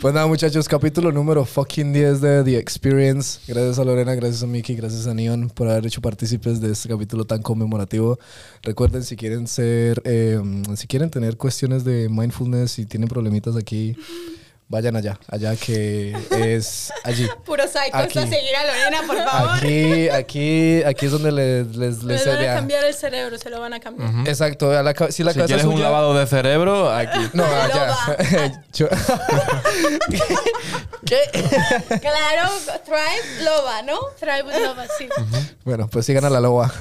S2: Pues nada, muchachos, capítulo número fucking 10 de The Experience. Gracias a Lorena, gracias a Miki, gracias a Neon por haber hecho partícipes de este capítulo tan conmemorativo. Recuerden, si quieren ser, eh, si quieren tener cuestiones de mindfulness, si tienen problemitas aquí, vayan allá, allá que es allí.
S4: Puro psycho
S2: Aquí.
S4: a seguir a Lorena, por favor.
S2: Aquí, aquí, aquí es donde les, les, les
S1: Les van a
S2: ya.
S1: cambiar el cerebro, se lo van a cambiar.
S2: Mm. Exacto, a la, ca- si la
S3: Si
S2: cabeza
S3: quieres un
S2: suya-
S3: lavado de cerebro, aquí.
S2: No,
S4: Loba.
S2: allá. Yo-
S4: Claro, Tribe Loba, ¿no?
S1: Tribe with love, así.
S2: Bueno, pues sigan a la loba.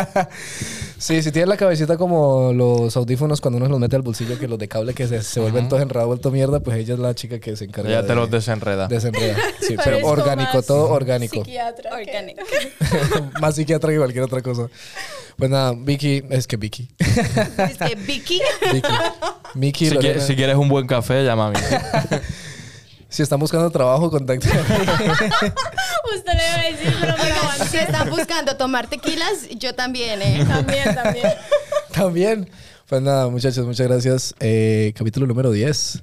S2: sí, si tienes la cabecita como los audífonos cuando uno los mete al bolsillo, que los de cable que se, se vuelven todos enredados, vuelto mierda, pues ella es la chica que se encarga
S3: Ya te
S2: de
S3: los desenreda.
S2: desenredar. Sí, pero
S1: Parezco
S2: orgánico,
S1: más
S2: todo orgánico.
S1: Psiquiatra. que-
S4: Organic.
S2: más psiquiatra que cualquier otra cosa. Pues nada, Vicky, es que Vicky.
S4: Es que Vicky.
S2: Vicky. Miki,
S3: Si,
S2: Lorena.
S3: quie- si quieres un buen café, llama a mí.
S2: Si están buscando trabajo, contacta.
S1: Usted le iba a decir, pero me lo
S4: Oigan,
S1: aguanté.
S4: si están buscando tomar tequilas, yo también, ¿eh?
S1: También, también.
S2: También. Pues nada, muchachos, muchas gracias. Eh, capítulo número 10.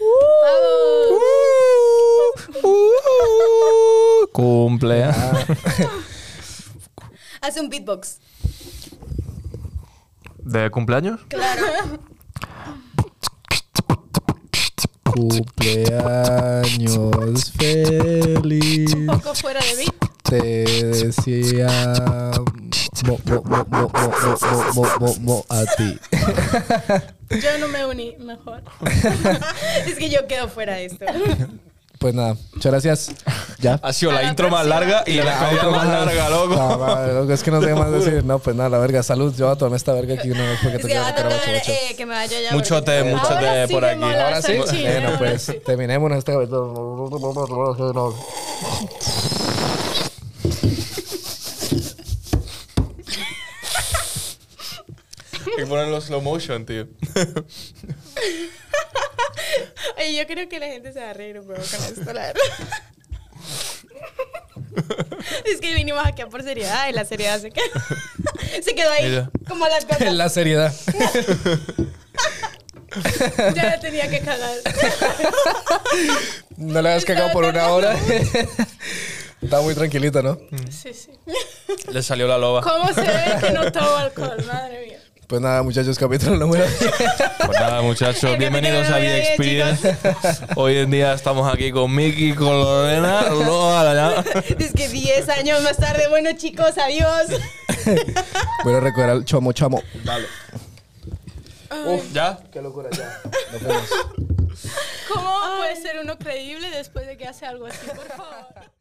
S4: Uh,
S1: Vamos.
S3: Uh, Cumplea.
S4: Hace un beatbox.
S3: ¿De cumpleaños?
S2: Cumpleaños feliz.
S1: Un poco fuera de mí.
S2: Te decía mo, mo, mo, mo, mo, mo, mo, mo, mo, mo a ti.
S1: Yo no me uní, mejor.
S4: Es que yo quedo fuera de esto.
S2: Pues nada, muchas gracias. Ya.
S3: Ha sido
S1: A
S3: la,
S1: la
S3: intro más
S1: próxima.
S3: larga y la,
S2: Ah,
S3: despedida
S2: otro
S3: más
S2: más.
S3: larga, loco.
S2: No, madre, loco, es que no sé qué más decir. No, pues nada, la verga. Salud, yo voy a tomar esta verga aquí una vez porque
S4: Es
S2: te
S4: que
S2: quiero
S4: va a
S2: meter a
S4: tocar
S2: mucho, mucho.
S4: eh, que me vaya ya.
S3: Mucho
S4: porque-
S3: té, mucho
S1: Ahora
S3: té
S1: sí
S3: por
S1: me
S3: aquí.
S1: mola.
S2: Ahora sí,
S1: Salchín,
S2: bueno,
S1: ahora
S2: pues
S1: sí.
S2: terminemos este capítulo.
S3: Y Y ponen los slow motion, tío.
S4: Oye, yo creo que la gente se va a reír un poco con esto, la verdad. Es que vinimos aquí a por seriedad y la seriedad se quedó, se quedó ahí
S3: Mira.
S4: como las gatas.
S2: la seriedad.
S4: Ya la tenía que cagar.
S2: No la habías cagado por una hora. Está muy tranquilita, ¿no?
S1: Sí, sí.
S3: Le salió la loba.
S1: ¿Cómo se ve que no tomo alcohol? Madre mía.
S2: Pues nada, muchachos, capítulo número 10.
S3: Pues nada, muchachos,
S4: El
S3: bienvenidos a
S4: capítulo
S3: Vida
S1: eh,
S4: número 10,
S3: Experience. Hoy en día estamos aquí con Miki, con Lorena, Loa, la llama.
S4: Es que 10 años más tarde, bueno chicos, adiós.
S2: Voy a recordar al chamo chamo. Vale.
S3: Uf, ya.
S2: Qué locura, ya. Nos vemos.
S1: ¿Cómo puede ser uno creíble después de que hace algo así? Por favor.